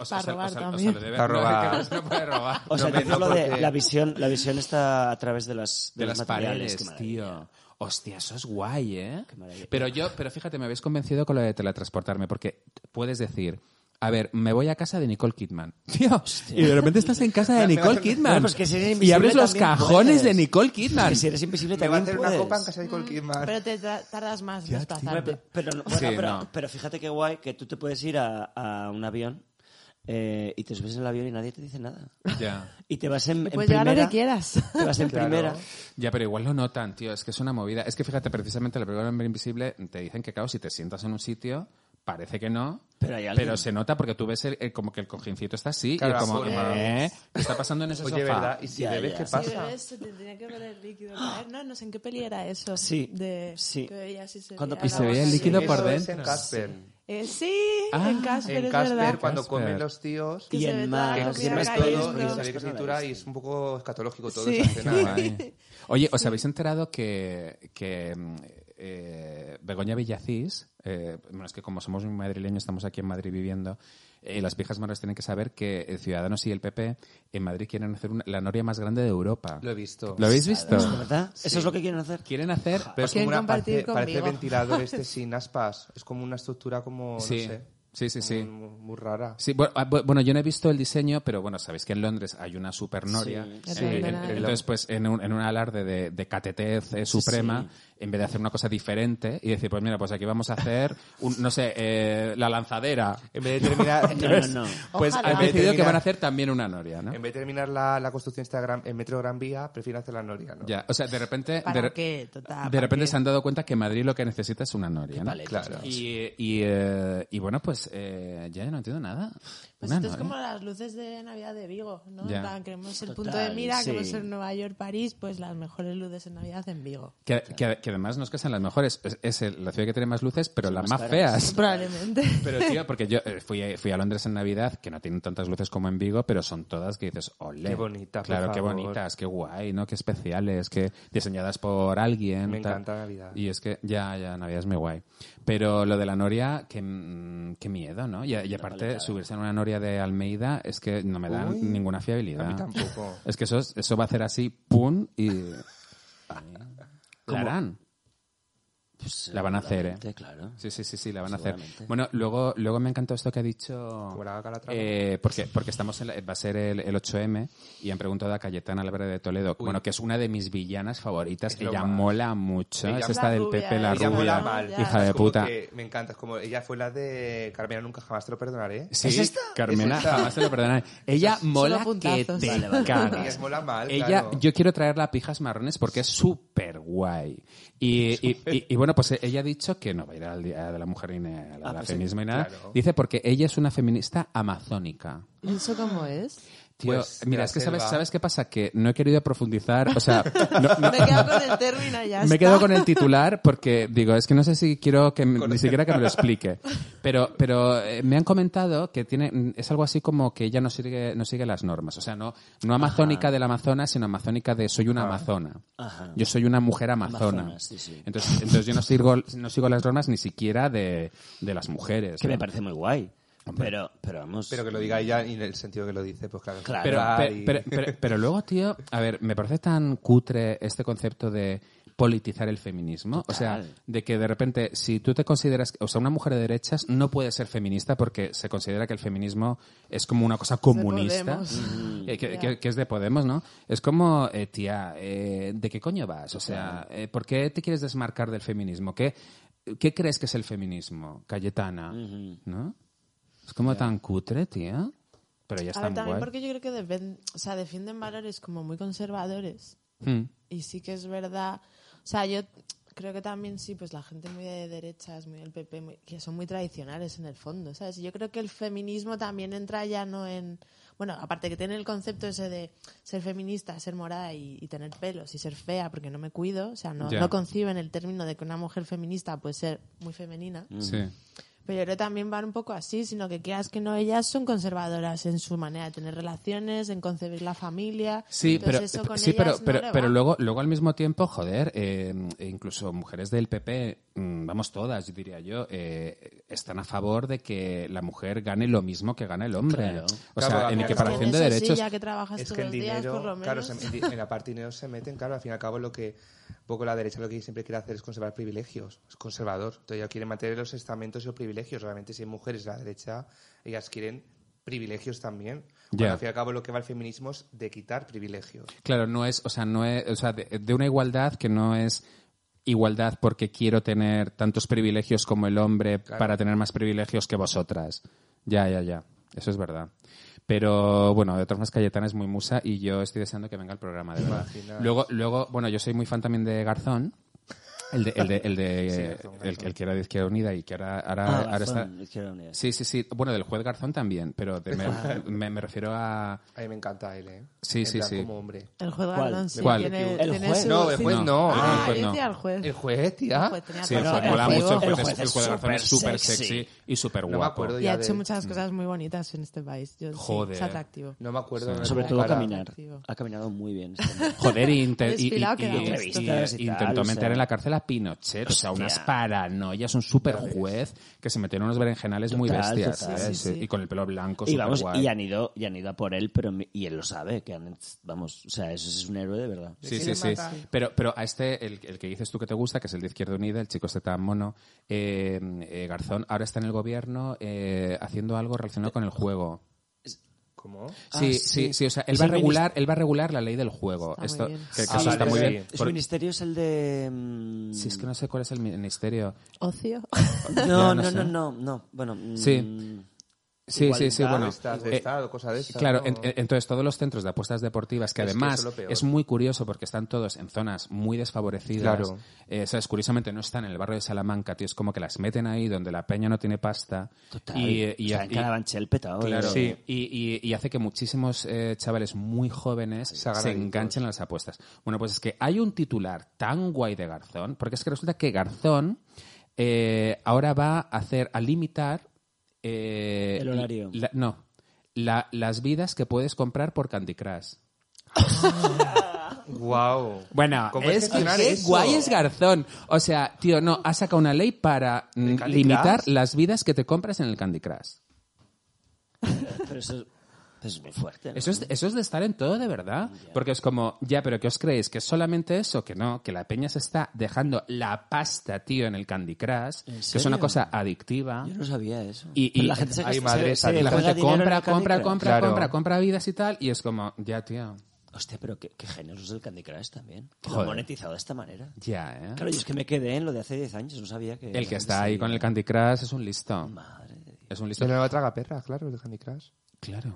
S2: O
S5: Para robar
S2: (laughs)
S5: también.
S2: lo debe-
S4: Para robar.
S2: No, que no se puede robar.
S6: O sea,
S4: No me-
S6: dices
S4: no,
S6: lo de
S4: porque-
S6: la visión, la visión está a través de las, de
S2: de
S6: los
S2: las
S6: materiales,
S2: paredes,
S6: qué maravilla.
S2: tío. Hostia, eso es guay, ¿eh?
S6: maravilla.
S2: Pero yo, pero fíjate, me habéis convencido con lo de teletransportarme, porque puedes decir, a ver, me voy a casa de Nicole Kidman. (laughs) Tío, y de repente estás en casa de Nicole Kidman.
S6: Bueno, pues que si eres
S2: y
S6: invisible
S2: abres los
S6: también
S2: cajones
S6: puedes.
S2: de Nicole Kidman.
S6: Que si eres invisible
S4: Me va a
S6: también
S4: hacer
S6: puedes. Mm.
S4: una copa en casa de cualquier mar.
S5: Pero te tra- tardas más en
S6: Bueno,
S5: desplazarte.
S6: pe- Pero, no- bueno,
S2: Sí,
S6: pero-
S2: no.
S6: pero fíjate qué guay que tú te puedes ir a, a un avión eh, y te subes en el avión y nadie te dice nada.
S2: Ya.
S6: Y te vas en, en
S5: Puedes llegar
S6: primera.
S5: donde quieras.
S6: Te vas en
S4: Claro.
S6: primera.
S2: Ya, pero igual lo notan, tío. Es que es una movida. Es que fíjate, precisamente la película del Hombre Invisible te dicen que, claro, si te sientas en un sitio, parece que no.
S6: Pero hay alguien.
S2: se nota porque tú ves el- el- como que el cojincito está así.
S4: Claro,
S2: y es como,
S4: azul,
S2: ¿eh? ¿Qué está pasando en ese
S4: Oye,
S2: sofá?
S4: ¿verdad? Y si
S6: Ya,
S4: bebes,
S6: ya.
S4: ¿qué
S6: Sí,
S5: Sí,
S4: pasa?
S5: bebes, se te tenía que ver el líquido caer. No, no sé en qué peli era eso.
S6: Sí,
S5: De,
S6: sí.
S5: que veías si se
S6: Cuando-
S5: veía
S6: Y
S5: la
S2: se veía el
S5: boca
S2: líquido
S5: llena.
S2: por
S4: Eso es
S2: dentro.
S4: en Casper.
S5: Eh, sí,
S2: Ah,
S5: en Casper,
S4: En
S5: es
S4: Casper,
S5: verdad.
S4: cuando
S2: Casper.
S4: comen los tíos,
S5: Que
S6: Y
S5: se
S6: en
S5: ve
S6: mar,
S5: toda la
S4: que
S6: no
S5: comida
S4: comen
S6: comidas
S4: todo y
S5: cayendo.
S4: se ve
S6: Eso
S4: que
S6: no lo
S4: cintura
S6: he
S4: y es un poco escatológico todo
S5: Sí.
S4: esa escena. ¿eh?
S5: (laughs)
S2: Guay. (laughs) Oye, ¿os habéis enterado que, que, mm, eh, Begoña Villacís, eh, bueno, es que como somos madrileños, estamos aquí en Madrid viviendo, eh, las viejas maras tienen que saber que eh, Ciudadanos y el PP en Madrid quieren hacer una- la noria más grande de Europa.
S4: Lo he visto.
S2: ¿Lo habéis visto?
S6: ¿De verdad? ¿Eso es lo que quieren hacer?
S2: Quieren hacer...
S4: Pero es
S5: Quieren
S4: como una
S5: compartir
S4: parece, parece
S5: conmigo.
S4: ventilador
S5: (laughs)
S4: este sin aspas. Es como una estructura como,
S2: sí,
S4: no sé,
S2: sí, sí, sí.
S4: como Muy, muy rara.
S2: Sí, bueno, ah, bu- bueno, yo no he visto el diseño, pero bueno, sabéis que en Londres hay una supernoria.
S5: sí.
S2: Eh, en-
S5: Eterna.
S2: entonces, pues en un, en un alarde de, de catetez eh, suprema, en vez de hacer una cosa diferente y decir, pues mira, pues aquí vamos a hacer, un- no sé, eh, la lanzadera.
S4: En vez de
S5: (laughs)
S4: terminar,
S6: No, no, no.
S2: (laughs) Pues
S5: Ojalá.
S2: han
S4: En vez
S2: decidido que
S4: de terminar-
S2: van a hacer también una noria, ¿no?
S4: en vez de terminar la, la construcción esta gran- en Metro Gran Vía, prefiero hacer la Noria, ¿no?
S2: Ya, o sea, de repente,
S5: ¿Para
S2: de, re-
S5: qué? Total,
S2: de
S5: ¿para
S2: repente
S5: qué?
S2: se han dado cuenta que Madrid lo que necesita es una noria, ¿no?
S4: Claro.
S2: Y, eh, y, eh, y bueno, pues eh, ya no entiendo nada.
S5: Pues
S2: Una
S5: esto es
S2: noria.
S5: como las luces de Navidad de Vigo, ¿no?
S2: ¿eh? Ya.
S5: En plan, queremos el
S6: Total,
S5: punto de mira,
S6: sí.
S5: queremos ser Nueva York, París, pues las mejores luces en Navidad en Vigo.
S2: Que, que- que que además no es que sean las mejores, es, es el- la ciudad que tiene más luces, pero
S6: Son
S2: las
S6: más
S2: más,
S6: caras.
S4: (laughs)
S2: feas.
S5: Probablemente.
S2: Pero tío, porque yo eh, fui, fui a Londres en Navidad, que no tienen tantas luces como en Vigo, pero son todas que dices, ole.
S4: Qué bonita, por
S2: Claro, qué
S4: favor.
S2: bonitas, qué guay, ¿no? Qué especiales, que diseñadas por alguien.
S4: Me
S2: tal.
S4: encanta Navidad.
S2: Y es que ya, ya, Navidad es muy guay. Pero lo de la noria, qué, mm, qué miedo, ¿no? Y, y aparte, subirse en una noria de Almeida es que no me da
S4: Uy,
S2: ninguna fiabilidad.
S4: a mí tampoco.
S2: Es que eso, es- eso va a hacer así, pum, y... ¿La harán? La van a hacer, ¿eh?
S6: Seguramente, Pues, Claro.
S2: Sí, sí, sí, sí, la van a hacer.
S6: Seguramente.
S2: Bueno, luego, luego me ha encantado esto que ha dicho.
S4: Como la vaca la traba.
S2: Eh, porque, porque estamos en la- va a ser el, el 8M y han preguntado a Cayetana Álvarez de Toledo, bueno, que es una de mis villanas favoritas.
S4: Es lo
S2: Ella
S4: más.
S2: mola mucho.
S4: Ella-
S2: es esta
S5: La
S2: del
S5: rubia, eh.
S2: Pepe la
S5: ella
S4: Ella
S2: rubia.
S4: mola
S5: ¿no?
S4: mal.
S5: Ya.
S2: Hija
S4: Es
S2: de
S4: como
S2: puta.
S4: que me encanta, es como ella fue la de Carmela nunca jamás te lo perdonaré.
S2: Sí,
S6: ¿Es esta?
S2: Carmena,
S4: ¿Es esta?
S2: jamás te lo perdonaré. Ella mola que
S5: puntazos.
S2: te
S6: Vale, vale.
S2: cagas.
S4: (laughs) Ella mola mal,
S2: Ella-
S4: claro.
S2: yo quiero traerla a pijas marrones porque es súper guay.
S4: (laughs)
S2: Y, y- y- y bueno, pues ella ha dicho que no va a ir al Día de la Mujer ni a la,
S6: Ah,
S2: la
S6: pues sí,
S2: feminismo y nada.
S4: claro.
S2: Dice porque ella es una feminista amazónica.
S5: ¿Y eso cómo es?
S2: Tío,
S4: Pues, de
S2: mira,
S4: la
S2: es que
S4: selva.
S2: sabes, ¿sabes qué pasa? Que no he querido profundizar, o
S4: (laughs)
S2: sea, no- no-
S5: Me quedo con el término ya.
S2: me
S5: está.
S2: quedo con el titular porque digo, es que no sé si quiero que m-
S4: Con-
S2: ni siquiera que me lo explique. Pero, pero eh, me han comentado que tiene, mm, es algo así como que ella no sigue, no sigue las normas. O sea, no, no amazónica del Amazonas, sino amazónica de soy una amazona.
S6: Ah. Ajá.
S2: Yo soy una mujer amazona.
S6: Amazonas, sí, sí.
S2: Entonces, entonces yo no sigo, no sigo las normas ni siquiera de, de las mujeres.
S6: Que me
S2: ¿no?
S6: parece muy guay. Pero, pero vamos.
S4: Pero que lo diga ella y en el sentido que lo dice, pues claro.
S6: Claro.
S2: pero,
S4: Ah,
S2: pe-
S4: y-
S2: pero, pero- pero luego, tío, a ver, me parece tan cutre este concepto de politizar el feminismo. O sea,
S6: Total.
S2: de que de repente, si tú te consideras, o sea, una mujer de derechas no puede ser feminista porque se considera que el feminismo es como una cosa comunista,
S5: Podemos. Mm,
S2: eh, que,
S5: Ya.
S2: que- que es de Podemos, ¿no? Es como, eh, tía, eh, ¿de qué coño vas? O sea, eh, ¿por qué te quieres desmarcar del feminismo? ¿Qué, qué crees que es el feminismo, Cayetana? ¿No? Es como tan cutre, tía. Pero ya
S5: A
S2: está
S5: ver,
S2: muy
S5: también
S2: guay.
S5: porque yo creo que defen- o sea, defienden valores como muy conservadores.
S2: Mm.
S5: Y sí que es verdad. O sea, yo creo que también sí, pues la gente muy de derechas, muy del PP, muy- que son muy tradicionales en el fondo, ¿sabes? Yo creo que el feminismo también entra ya no en. Bueno, aparte que tiene el concepto ese de ser feminista, ser morada y, y tener pelos y ser fea porque no me cuido. O sea, no,
S2: Ya.
S5: no conciben el término de que una mujer feminista puede ser muy femenina.
S2: Sí.
S5: Pero yo creo que también van un poco así, sino que quieras que no, ellas son conservadoras en su manera de tener relaciones, en concebir la familia.
S2: Sí,
S5: Entonces,
S2: pero, eh,
S5: eso con
S2: sí,
S5: ellas
S2: pero,
S5: no
S2: pero,
S5: le va.
S2: pero luego, luego al mismo tiempo, joder, eh, incluso mujeres del PP, mm, vamos todas, yo diría yo, eh, están a favor de que la mujer gane lo mismo que gana el hombre. O
S6: Claro.
S2: sea,
S4: Claro,
S2: en
S4: claro.
S5: Pues que
S2: equiparación
S5: en
S2: de
S5: eso sí,
S2: derechos.
S5: ya que trabajas
S4: es
S5: todos
S4: que el
S5: los días, por lo
S4: dinero,
S5: menos.
S4: claro, se- en di- en la parte de dinero se meten, claro, al fin y al cabo lo que un poco la derecha lo que siempre quiere hacer es conservar privilegios, es conservador, entonces ellos quieren mantener los estamentos y los privilegios, realmente si hay mujeres de la derecha, ellas quieren privilegios también, Cuando
S2: Ya.
S4: al fin y al cabo lo que va el feminismo es de quitar privilegios.
S2: Claro, no es, o sea, no es, o sea, de, de una igualdad que no es igualdad porque quiero tener tantos privilegios como el hombre para tener más privilegios que vosotras. Ya, ya, ya. Eso es verdad. Pero bueno, de todas formas Cayetana es muy musa y yo estoy deseando que venga el programa de verdad.
S4: Imagina.
S2: Luego, luego, bueno, yo soy muy fan también de Garzón. El de, el de, el de- eh,
S4: Sí, Garzón,
S2: el,
S4: Garzón.
S2: el que era de Izquierda Unida y que ahora, ahora,
S6: Ah,
S2: ahora está.
S6: Garzón, Izquierda Unida.
S2: Sí, sí, sí. Bueno, del juez Garzón también, pero de- me- me- me refiero a,
S4: A mí me encanta él, ¿eh?
S2: Sí,
S4: En
S2: sí,
S4: plan,
S2: sí.
S4: Como hombre.
S5: El juez
S6: ¿Cuál?
S5: Gardón sí
S2: ¿Cuál?
S5: tiene,
S6: ¿El
S5: tiene
S6: juez?
S5: su-
S4: No, el juez
S5: sí.
S4: no.
S5: Ah,
S2: El juez
S5: yo
S2: no.
S5: decía al juez.
S4: El juez, tía.
S5: El juez tenía
S2: Sí,
S5: razón.
S2: el juez
S6: Bueno,
S2: mola
S6: el
S2: mucho.
S6: juez-
S2: El
S6: el
S2: juez,
S6: juez es
S2: de Garzón es súper
S6: súper
S2: sexy.
S6: sexy.
S2: y súper
S4: No me
S2: guapo.
S4: acuerdo
S5: Y ha
S4: ya
S5: hecho
S4: de-
S5: muchas cosas muy bonitas en este país. Yo, sí,
S2: Joder.
S5: es atractivo.
S4: No me acuerdo. de
S6: Sobre
S4: su
S6: todo
S4: cara.
S6: caminar.
S5: Atractivo.
S6: Ha caminado muy
S2: (laughs)
S6: bien. este hombre.
S2: Joder, y, inte- y- y-
S5: Desfilado que
S2: y-
S5: da
S2: y-
S6: gusto.
S2: y-
S6: Entrevistas y tal,
S2: intentó
S6: o sea.
S2: meter en la cárcel a Pinochet. O sea, unas
S6: Hostia.
S2: paranoias, un super juez que se metió en unos berenjenales muy
S6: Total,
S2: bestias,
S6: total.
S2: ¿sabes?
S5: Sí, sí, sí.
S2: Y con el pelo blanco,
S6: Y vamos,
S2: superguay.
S6: y han ido, y han ido a por él, pero me- y él lo sabe, que han, vamos, o sea, eso es un héroe de verdad.
S2: Sí, sí, sí. Pero, pero a este, el, el que dices tú que te gusta, que es el de Izquierda Unida, el chico este tan mono, eh, eh, Garzón, ahora está en el gobierno eh, haciendo algo relacionado con el juego.
S4: ¿Cómo?
S2: Sí,
S6: sí.
S2: sí, sí, o sea, él
S6: Es
S2: va a
S6: el
S2: regular, él va a regular la ley del juego.
S5: Está muy
S2: Esto,
S5: bien.
S2: que, que
S4: Ah,
S2: eso
S4: vale,
S2: está muy
S4: sí.
S2: bien.
S6: Su
S2: Por-
S6: ministerio es el de... mm,
S2: si es que no sé cuál es el ministerio.
S5: Ocio.
S2: no
S6: No, no,
S2: sé.
S6: no, no, no, bueno. mm,
S2: Sí. Sí, sí, sí,
S4: Igualdad,
S2: bueno.
S4: estas de
S2: eh,
S4: Estado, cosas de estas,
S2: Claro,
S4: ¿no?
S2: en- en- entonces todos los centros de apuestas deportivas, que
S4: Es que
S2: además
S4: eso es lo peor.
S2: es muy curioso porque están todos en zonas muy desfavorecidas.
S4: Claro.
S2: Eh, ¿sabes? Curiosamente no están en el barrio de Salamanca, tío. Es como que las meten ahí donde la peña no tiene pasta.
S6: Total.
S2: Y, eh, y-
S6: o sea, en
S2: y-
S6: Carabanchel petado.
S2: claro,
S6: eh.
S4: Sí.
S2: y, y- y hace que muchísimos eh, chavales muy jóvenes
S4: Se hagan
S2: se
S4: adictos.
S2: enganchen a las apuestas. Bueno, pues es que hay un titular tan guay de Garzón, porque es que resulta que Garzón eh, ahora va a hacer, a limitar... eh,
S6: El horario.
S2: la- no, la- las vidas que puedes comprar por Candy Crush.
S4: Guau.
S2: Bueno,
S4: ¿Cómo
S2: es que
S4: gestionar
S2: qué
S4: eso?
S2: guay es Garzón. O sea, tío, no, ha sacado una ley para mm,
S4: Candy
S2: limitar
S4: Crush?
S2: las vidas que te compras en el Candy Crush.
S6: Pero eso, eso es muy fuerte. ¿no?
S2: Eso es, eso es de estar en todo de verdad. Porque es como, ya, pero ¿qué os creéis? ¿Que es solamente eso? Que no, que la peña se está dejando la pasta, tío, en el Candy Crush,
S6: ¿En
S2: que es
S6: serio?
S2: una cosa adictiva.
S6: Yo no sabía eso.
S2: Y-
S6: Pero
S2: y-
S6: la gente se
S4: hay
S6: gasta-
S4: madres
S6: se- se
S4: adictas.
S2: La
S6: juega
S2: gente
S6: dinero en
S2: compra,
S6: el Candy
S2: compra,
S6: Crush.
S2: compra,
S4: Claro.
S2: compra, compra vidas y tal, y es como, ya, tío,
S6: Hostia, pero qué, qué generoso es el Candy Crush también. Que lo
S2: Joder.
S6: han monetizado de esta manera.
S2: ya, ¿eh?
S6: Claro, yo es que me quedé en lo de hace 10 años, no sabía que...
S2: El que está ahí con el Candy Crush es un listo.
S6: Madre de Dios.
S2: Es un listo.
S4: Se lo traga perra, claro, el de Candy Crush.
S2: Claro.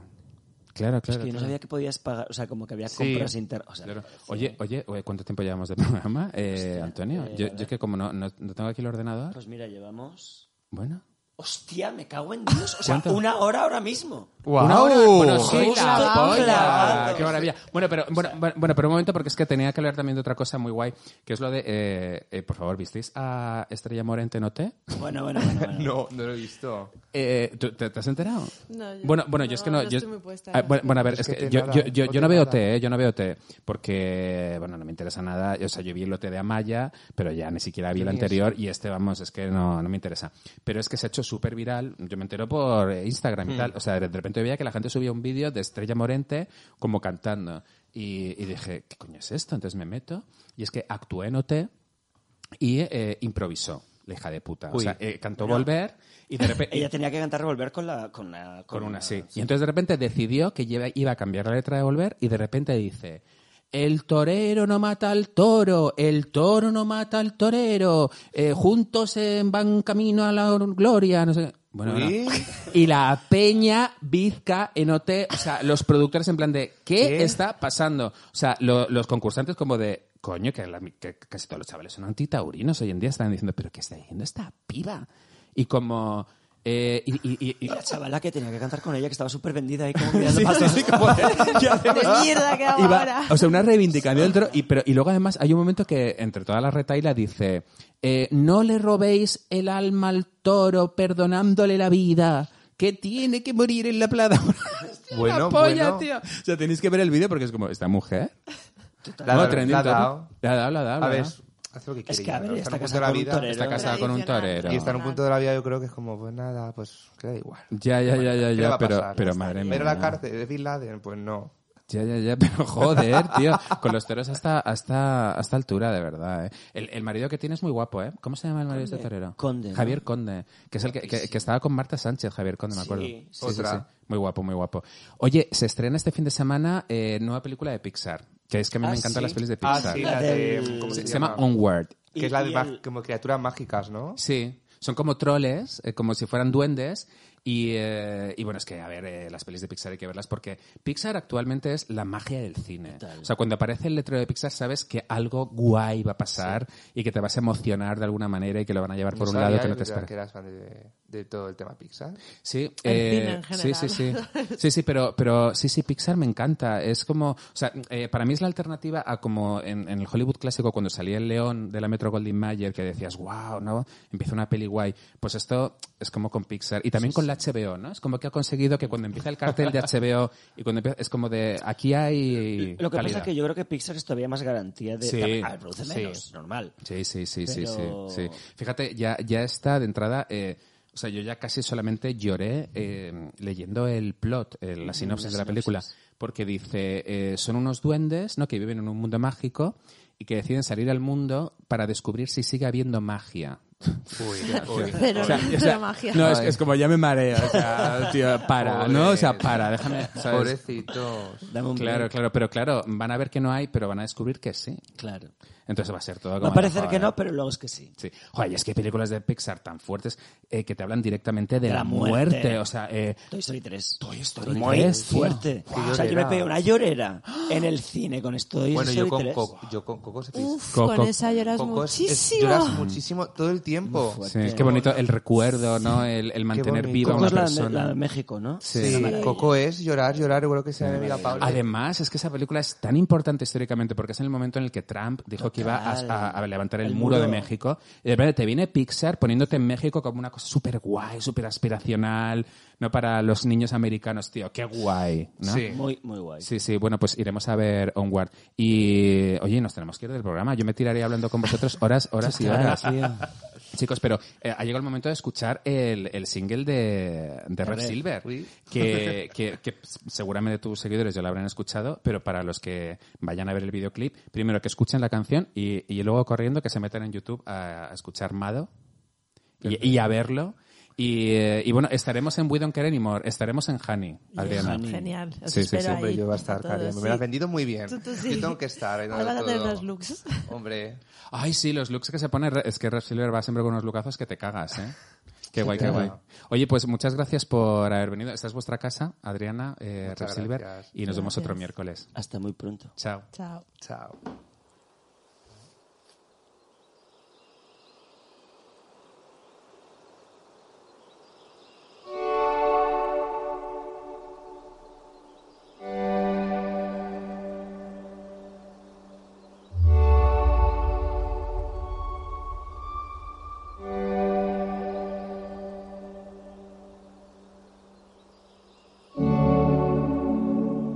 S2: Claro, claro.
S6: Es que yo no
S2: claro.
S6: sabía que podías pagar, o sea, como que había
S2: Sí.
S6: compras inter... O sea,
S2: Claro.
S6: me parecía-
S2: Oye, oye, oye, ¿cuánto tiempo llevamos de programa, eh, Antonio? yo, yo es que como no, no- no tengo aquí el ordenador,
S6: Pues mira, llevamos...
S2: bueno.
S6: Hostia, me cago en Dios. O sea,
S2: ¿Cuánto?
S6: una hora ahora mismo.
S4: ¡Guau!
S2: Una hora. Bueno, sí,
S6: Justo
S2: la
S6: vamos
S2: polla.
S6: grabando.
S2: Qué maravilla. Bueno, pero bueno, bueno, bueno, pero un momento porque es que tenía que hablar también de otra cosa muy guay, que es lo de eh, eh, por favor, ¿visteis a Estrella Morente Noté?
S6: Bueno, bueno,
S2: (laughs)
S6: bueno. bueno.
S4: No, no lo he visto.
S2: Eh, ¿tú- te, te has enterado?
S5: No, yo-
S2: bueno, bueno, yo es que no.
S5: no
S2: yo-
S5: estoy muy puesta.
S2: Ah, bueno, bueno, a ver,
S4: Es
S2: es
S4: que
S2: que
S4: te
S2: yo,
S4: nada,
S2: yo, yo-
S4: no
S2: yo no
S4: te
S2: veo
S4: nada.
S2: té, ¿eh? yo no veo té, porque, bueno, no me interesa nada. O sea, yo vi el lote de Amaya, pero ya ni siquiera vi el
S4: Ni
S2: anterior y este, vamos, es que no, no me interesa. Pero es que se ha hecho súper viral. Yo me entero por eh, Instagram y tal. O sea, de repente veía que la gente subía un vídeo de Estrella Morente como cantando. Y, y dije, ¿qué coño es esto? Entonces me meto. Y es que actué en OT y eh, improvisó, la hija de puta. O
S4: Uy.
S2: sea, eh, cantó Volver y de
S6: (laughs)
S2: repente...
S6: Ella tenía que cantar Revolver con la... Con, la,
S2: Con una, sí. Y entonces de repente decidió que lleva- iba a cambiar la letra de volver y de repente dice, el torero no mata al toro, el toro no mata al torero, eh, juntos eh, van camino a la gloria, no sé. qué. Bueno,
S4: Uy.
S2: no. Y la peña bizca en OT, o sea, los productores en plan de, ¿qué,
S4: ¿Qué?
S2: está pasando? O sea, lo- los concursantes como de, coño, que, la- que casi todos los chavales son antitaurinos hoy en día, están diciendo, ¿pero qué está diciendo esta piba? Y como... eh, y- y- y- y-
S6: Y la chavala que tenía que cantar con ella, que estaba súper vendida
S2: (laughs)
S6: ahí como mirando para atrás. Ya
S5: De
S6: vemos.
S5: mierda que hago
S2: Y va-
S5: ahora.
S2: o sea, una reivindicación dentro. Y, pero, y luego además hay un momento que entre toda la retaila dice, eh, no le robéis el alma al toro perdonándole la vida. Que tiene que morir en la (laughs) plata.
S4: Bueno, bueno.
S2: tío. O sea, tenéis que ver el vídeo porque es como, esta mujer.
S4: La ha
S2: No,
S4: dado,
S2: trending
S4: la ha
S2: topic.
S4: dado.
S2: La ha dado, la ha dado, la
S4: A
S2: ha
S4: ver,
S2: dado.
S4: hace lo que quiere.
S6: Es que, a
S4: ya,
S6: ver,
S4: ¿no?
S6: ya
S4: Está
S6: está
S4: en un punto de
S6: casada
S4: la
S6: con un
S4: vida.
S6: torero.
S2: Está casada con un
S5: Tradicional.
S2: torero.
S4: Y está en un punto de la vida, yo creo que es como, pues nada, pues queda igual.
S2: Ya, ya, ya, ya,
S4: ¿Qué le va
S2: ya,
S4: a
S2: pero,
S4: pasar?
S2: pero madre mía.
S4: Pero la cárcel de Bin Laden, pues no.
S2: Ya, ya, ya, (laughs) pero joder, tío. Con los toros hasta, hasta, hasta altura, de verdad, ¿eh? El, el marido que tiene es muy guapo, ¿eh? ¿Cómo se llama el marido de este torero?
S6: Conde, ¿no?
S2: Javier Conde, que es el que, que- que estaba con Marta Sánchez, Javier Conde, me acuerdo.
S6: Sí,
S4: otra.
S2: Muy guapo, muy guapo. Oye, se estrena este fin de semana eh, nueva película de Pixar. Que es que a mí
S6: Ah,
S2: me encantan
S6: sí.
S2: las pelis de
S4: Ah,
S2: Pixar.
S4: sí,
S6: La
S4: la de...
S6: del-
S4: ¿Cómo
S2: se,
S4: se,
S2: se llama Onward.
S4: Que es la
S6: Y-
S4: de
S6: y
S4: ma-
S6: el-
S4: como criaturas mágicas, ¿no?
S2: Sí, son como troles, eh, como si fueran duendes. Y, eh, y bueno, es que, a ver, eh, las pelis de Pixar hay que verlas porque Pixar actualmente es la magia del cine. O sea, cuando aparece el letrero de Pixar sabes que algo guay va a pasar y que te vas a emocionar de alguna manera y que lo van a llevar por
S4: No
S2: un lado
S4: sabía
S2: que no te
S4: era-
S2: espera.
S4: que eras fan de, de todo el tema Pixar.
S2: Sí,
S5: El
S2: eh,
S5: cine en
S2: sí,
S5: general.
S2: sí, sí.
S6: (laughs)
S2: Sí, sí, pero, pero sí, sí, Pixar me encanta. Es como, o sea, eh, para mí es la alternativa a como en, en el Hollywood clásico cuando salía El León de la Metro Goldwyn Mayer que decías, wow, ¿no? Empieza una peli guay. Pues esto es como con Pixar y también con la HBO, ¿no? Es como que ha conseguido que cuando empieza el cartel de HBO y cuando empieza, es como de, aquí hay.
S6: Lo que pasa
S2: calidad.
S6: es que yo creo que Pixar es todavía más garantía de...
S2: Sí.
S6: A ver, produce
S2: Sí.
S6: menos, normal.
S2: Sí, sí, sí,
S6: Pero-
S2: sí, sí, sí. Fíjate, ya, ya está de entrada. eh, o sea, yo ya casi solamente lloré eh, leyendo el plot, eh, la sinopsis de la película, porque dice, eh, son unos duendes ¿no? que viven en un mundo mágico y que deciden salir al mundo para descubrir si sigue habiendo magia.
S5: (laughs)
S4: (laughs)
S5: Pero
S2: O sea,
S5: no
S2: o
S5: es
S2: sea,
S5: la magia.
S2: No, es,
S4: Ay.
S2: es como ya me mareo. O sea, tío, para, ¿no? O sea, para, déjame. ¿sabes?
S4: Pobrecitos.
S6: Dame un
S2: Claro,
S6: break.
S2: claro, pero claro, van a ver que no hay, pero van a descubrir que sí.
S6: claro.
S2: Entonces va a ser todo como.
S6: Va a parecer
S2: joder.
S6: que no, pero luego es que sí.
S2: Sí. Joder, y es que hay películas de Pixar tan fuertes eh, que te hablan directamente de,
S6: De
S2: la,
S6: la
S2: muerte.
S6: muerte.
S2: O sea, eh,
S6: Toy Story 3. Toy
S2: Story
S6: Muy
S2: 3, tío.
S6: fuerte.
S4: Qué
S6: O sea, yo me
S4: llorera.
S6: pegué una llorera en el cine con esto y
S4: Bueno, yo
S6: Story
S4: con,
S6: 3.
S4: Coco, yo con Coco se
S5: Uf,
S2: Coco-
S5: con esa lloras
S4: Coco es- es-
S5: muchísimo.
S4: lloras muchísimo todo el tiempo.
S2: sí, es que bonito el recuerdo, ¿no? El, el mantener
S4: bonito.
S2: viva a
S4: Con
S6: Coco
S2: una
S6: es la, de-
S2: persona.
S6: la de México, ¿no?
S4: Sí,
S2: Sí.
S4: Coco es llorar, llorar, igual que sea de Mira Paula.
S2: Además, es que esa película es tan importante históricamente porque es en el momento en el que Trump dijo que iba a, a- a levantar el,
S6: El
S2: muro, de
S6: muro.
S2: México. Y de repente te viene Pixar poniéndote en México como una cosa súper guay, súper aspiracional, ¿no? Para los niños americanos, tío. ¡Qué guay! ¿no?
S4: Sí.
S6: Muy, muy guay.
S2: Sí, sí, bueno, pues iremos a ver Onward. Y, oye, nos tenemos que ir del programa. Yo me tiraré hablando con vosotros horas, horas y horas. (laughs) Chicos, pero eh, ha llegado el momento de escuchar el, el single de, de Red Silver,
S4: uy.
S2: que, que- que seguramente tus seguidores ya lo habrán escuchado, pero para los que vayan a ver el videoclip, primero que escuchen la canción y, y luego corriendo que se metan en YouTube a, a escuchar Mado y, y a verlo. Y, eh, y bueno, estaremos en We Don't Care Anymore, estaremos en Honey, Adriana.
S5: Genial. Os
S2: Sí, sí,
S5: espero
S2: sí,
S4: Hombre,
S5: ahí
S4: yo voy a estar,
S5: todos,
S4: Karen.
S5: sí.
S4: Me lo has vendido muy bien.
S5: Tú- tú sí.
S4: Yo tengo que estar. en
S5: Ahora van a
S4: todo.
S5: tener los looks.
S4: Hombre,
S2: Ay, sí, los looks que se pone. Re- Es que Red Silver va siempre con unos lookazos que te cagas,
S4: (laughs)
S2: ¿eh? Qué guay, qué guay. Oye, pues muchas gracias por haber venido. Esta es vuestra casa, Adriana, eh, Red
S4: Muchas
S2: Silver.
S4: gracias.
S2: Y nos vemos otro
S5: Gracias.
S2: miércoles.
S6: Hasta muy pronto.
S2: Chao.
S5: Chao.
S4: chao.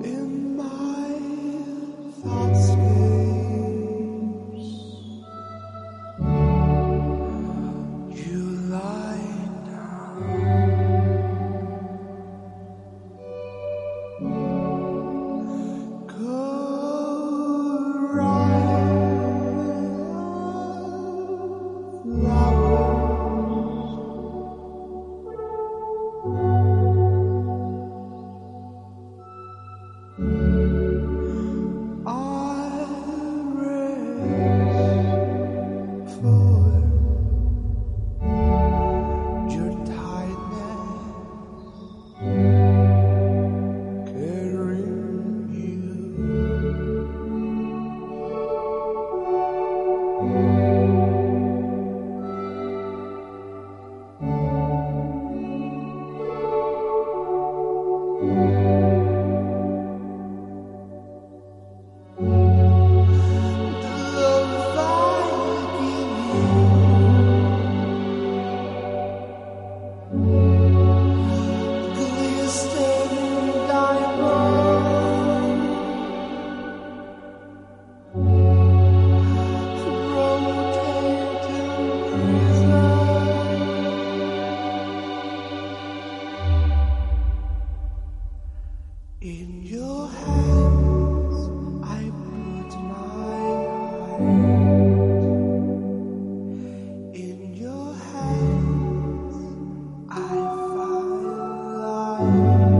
S7: In my thoughts days, you lie now. Go right, lover. In your hands I put my heart. In your hands I find life.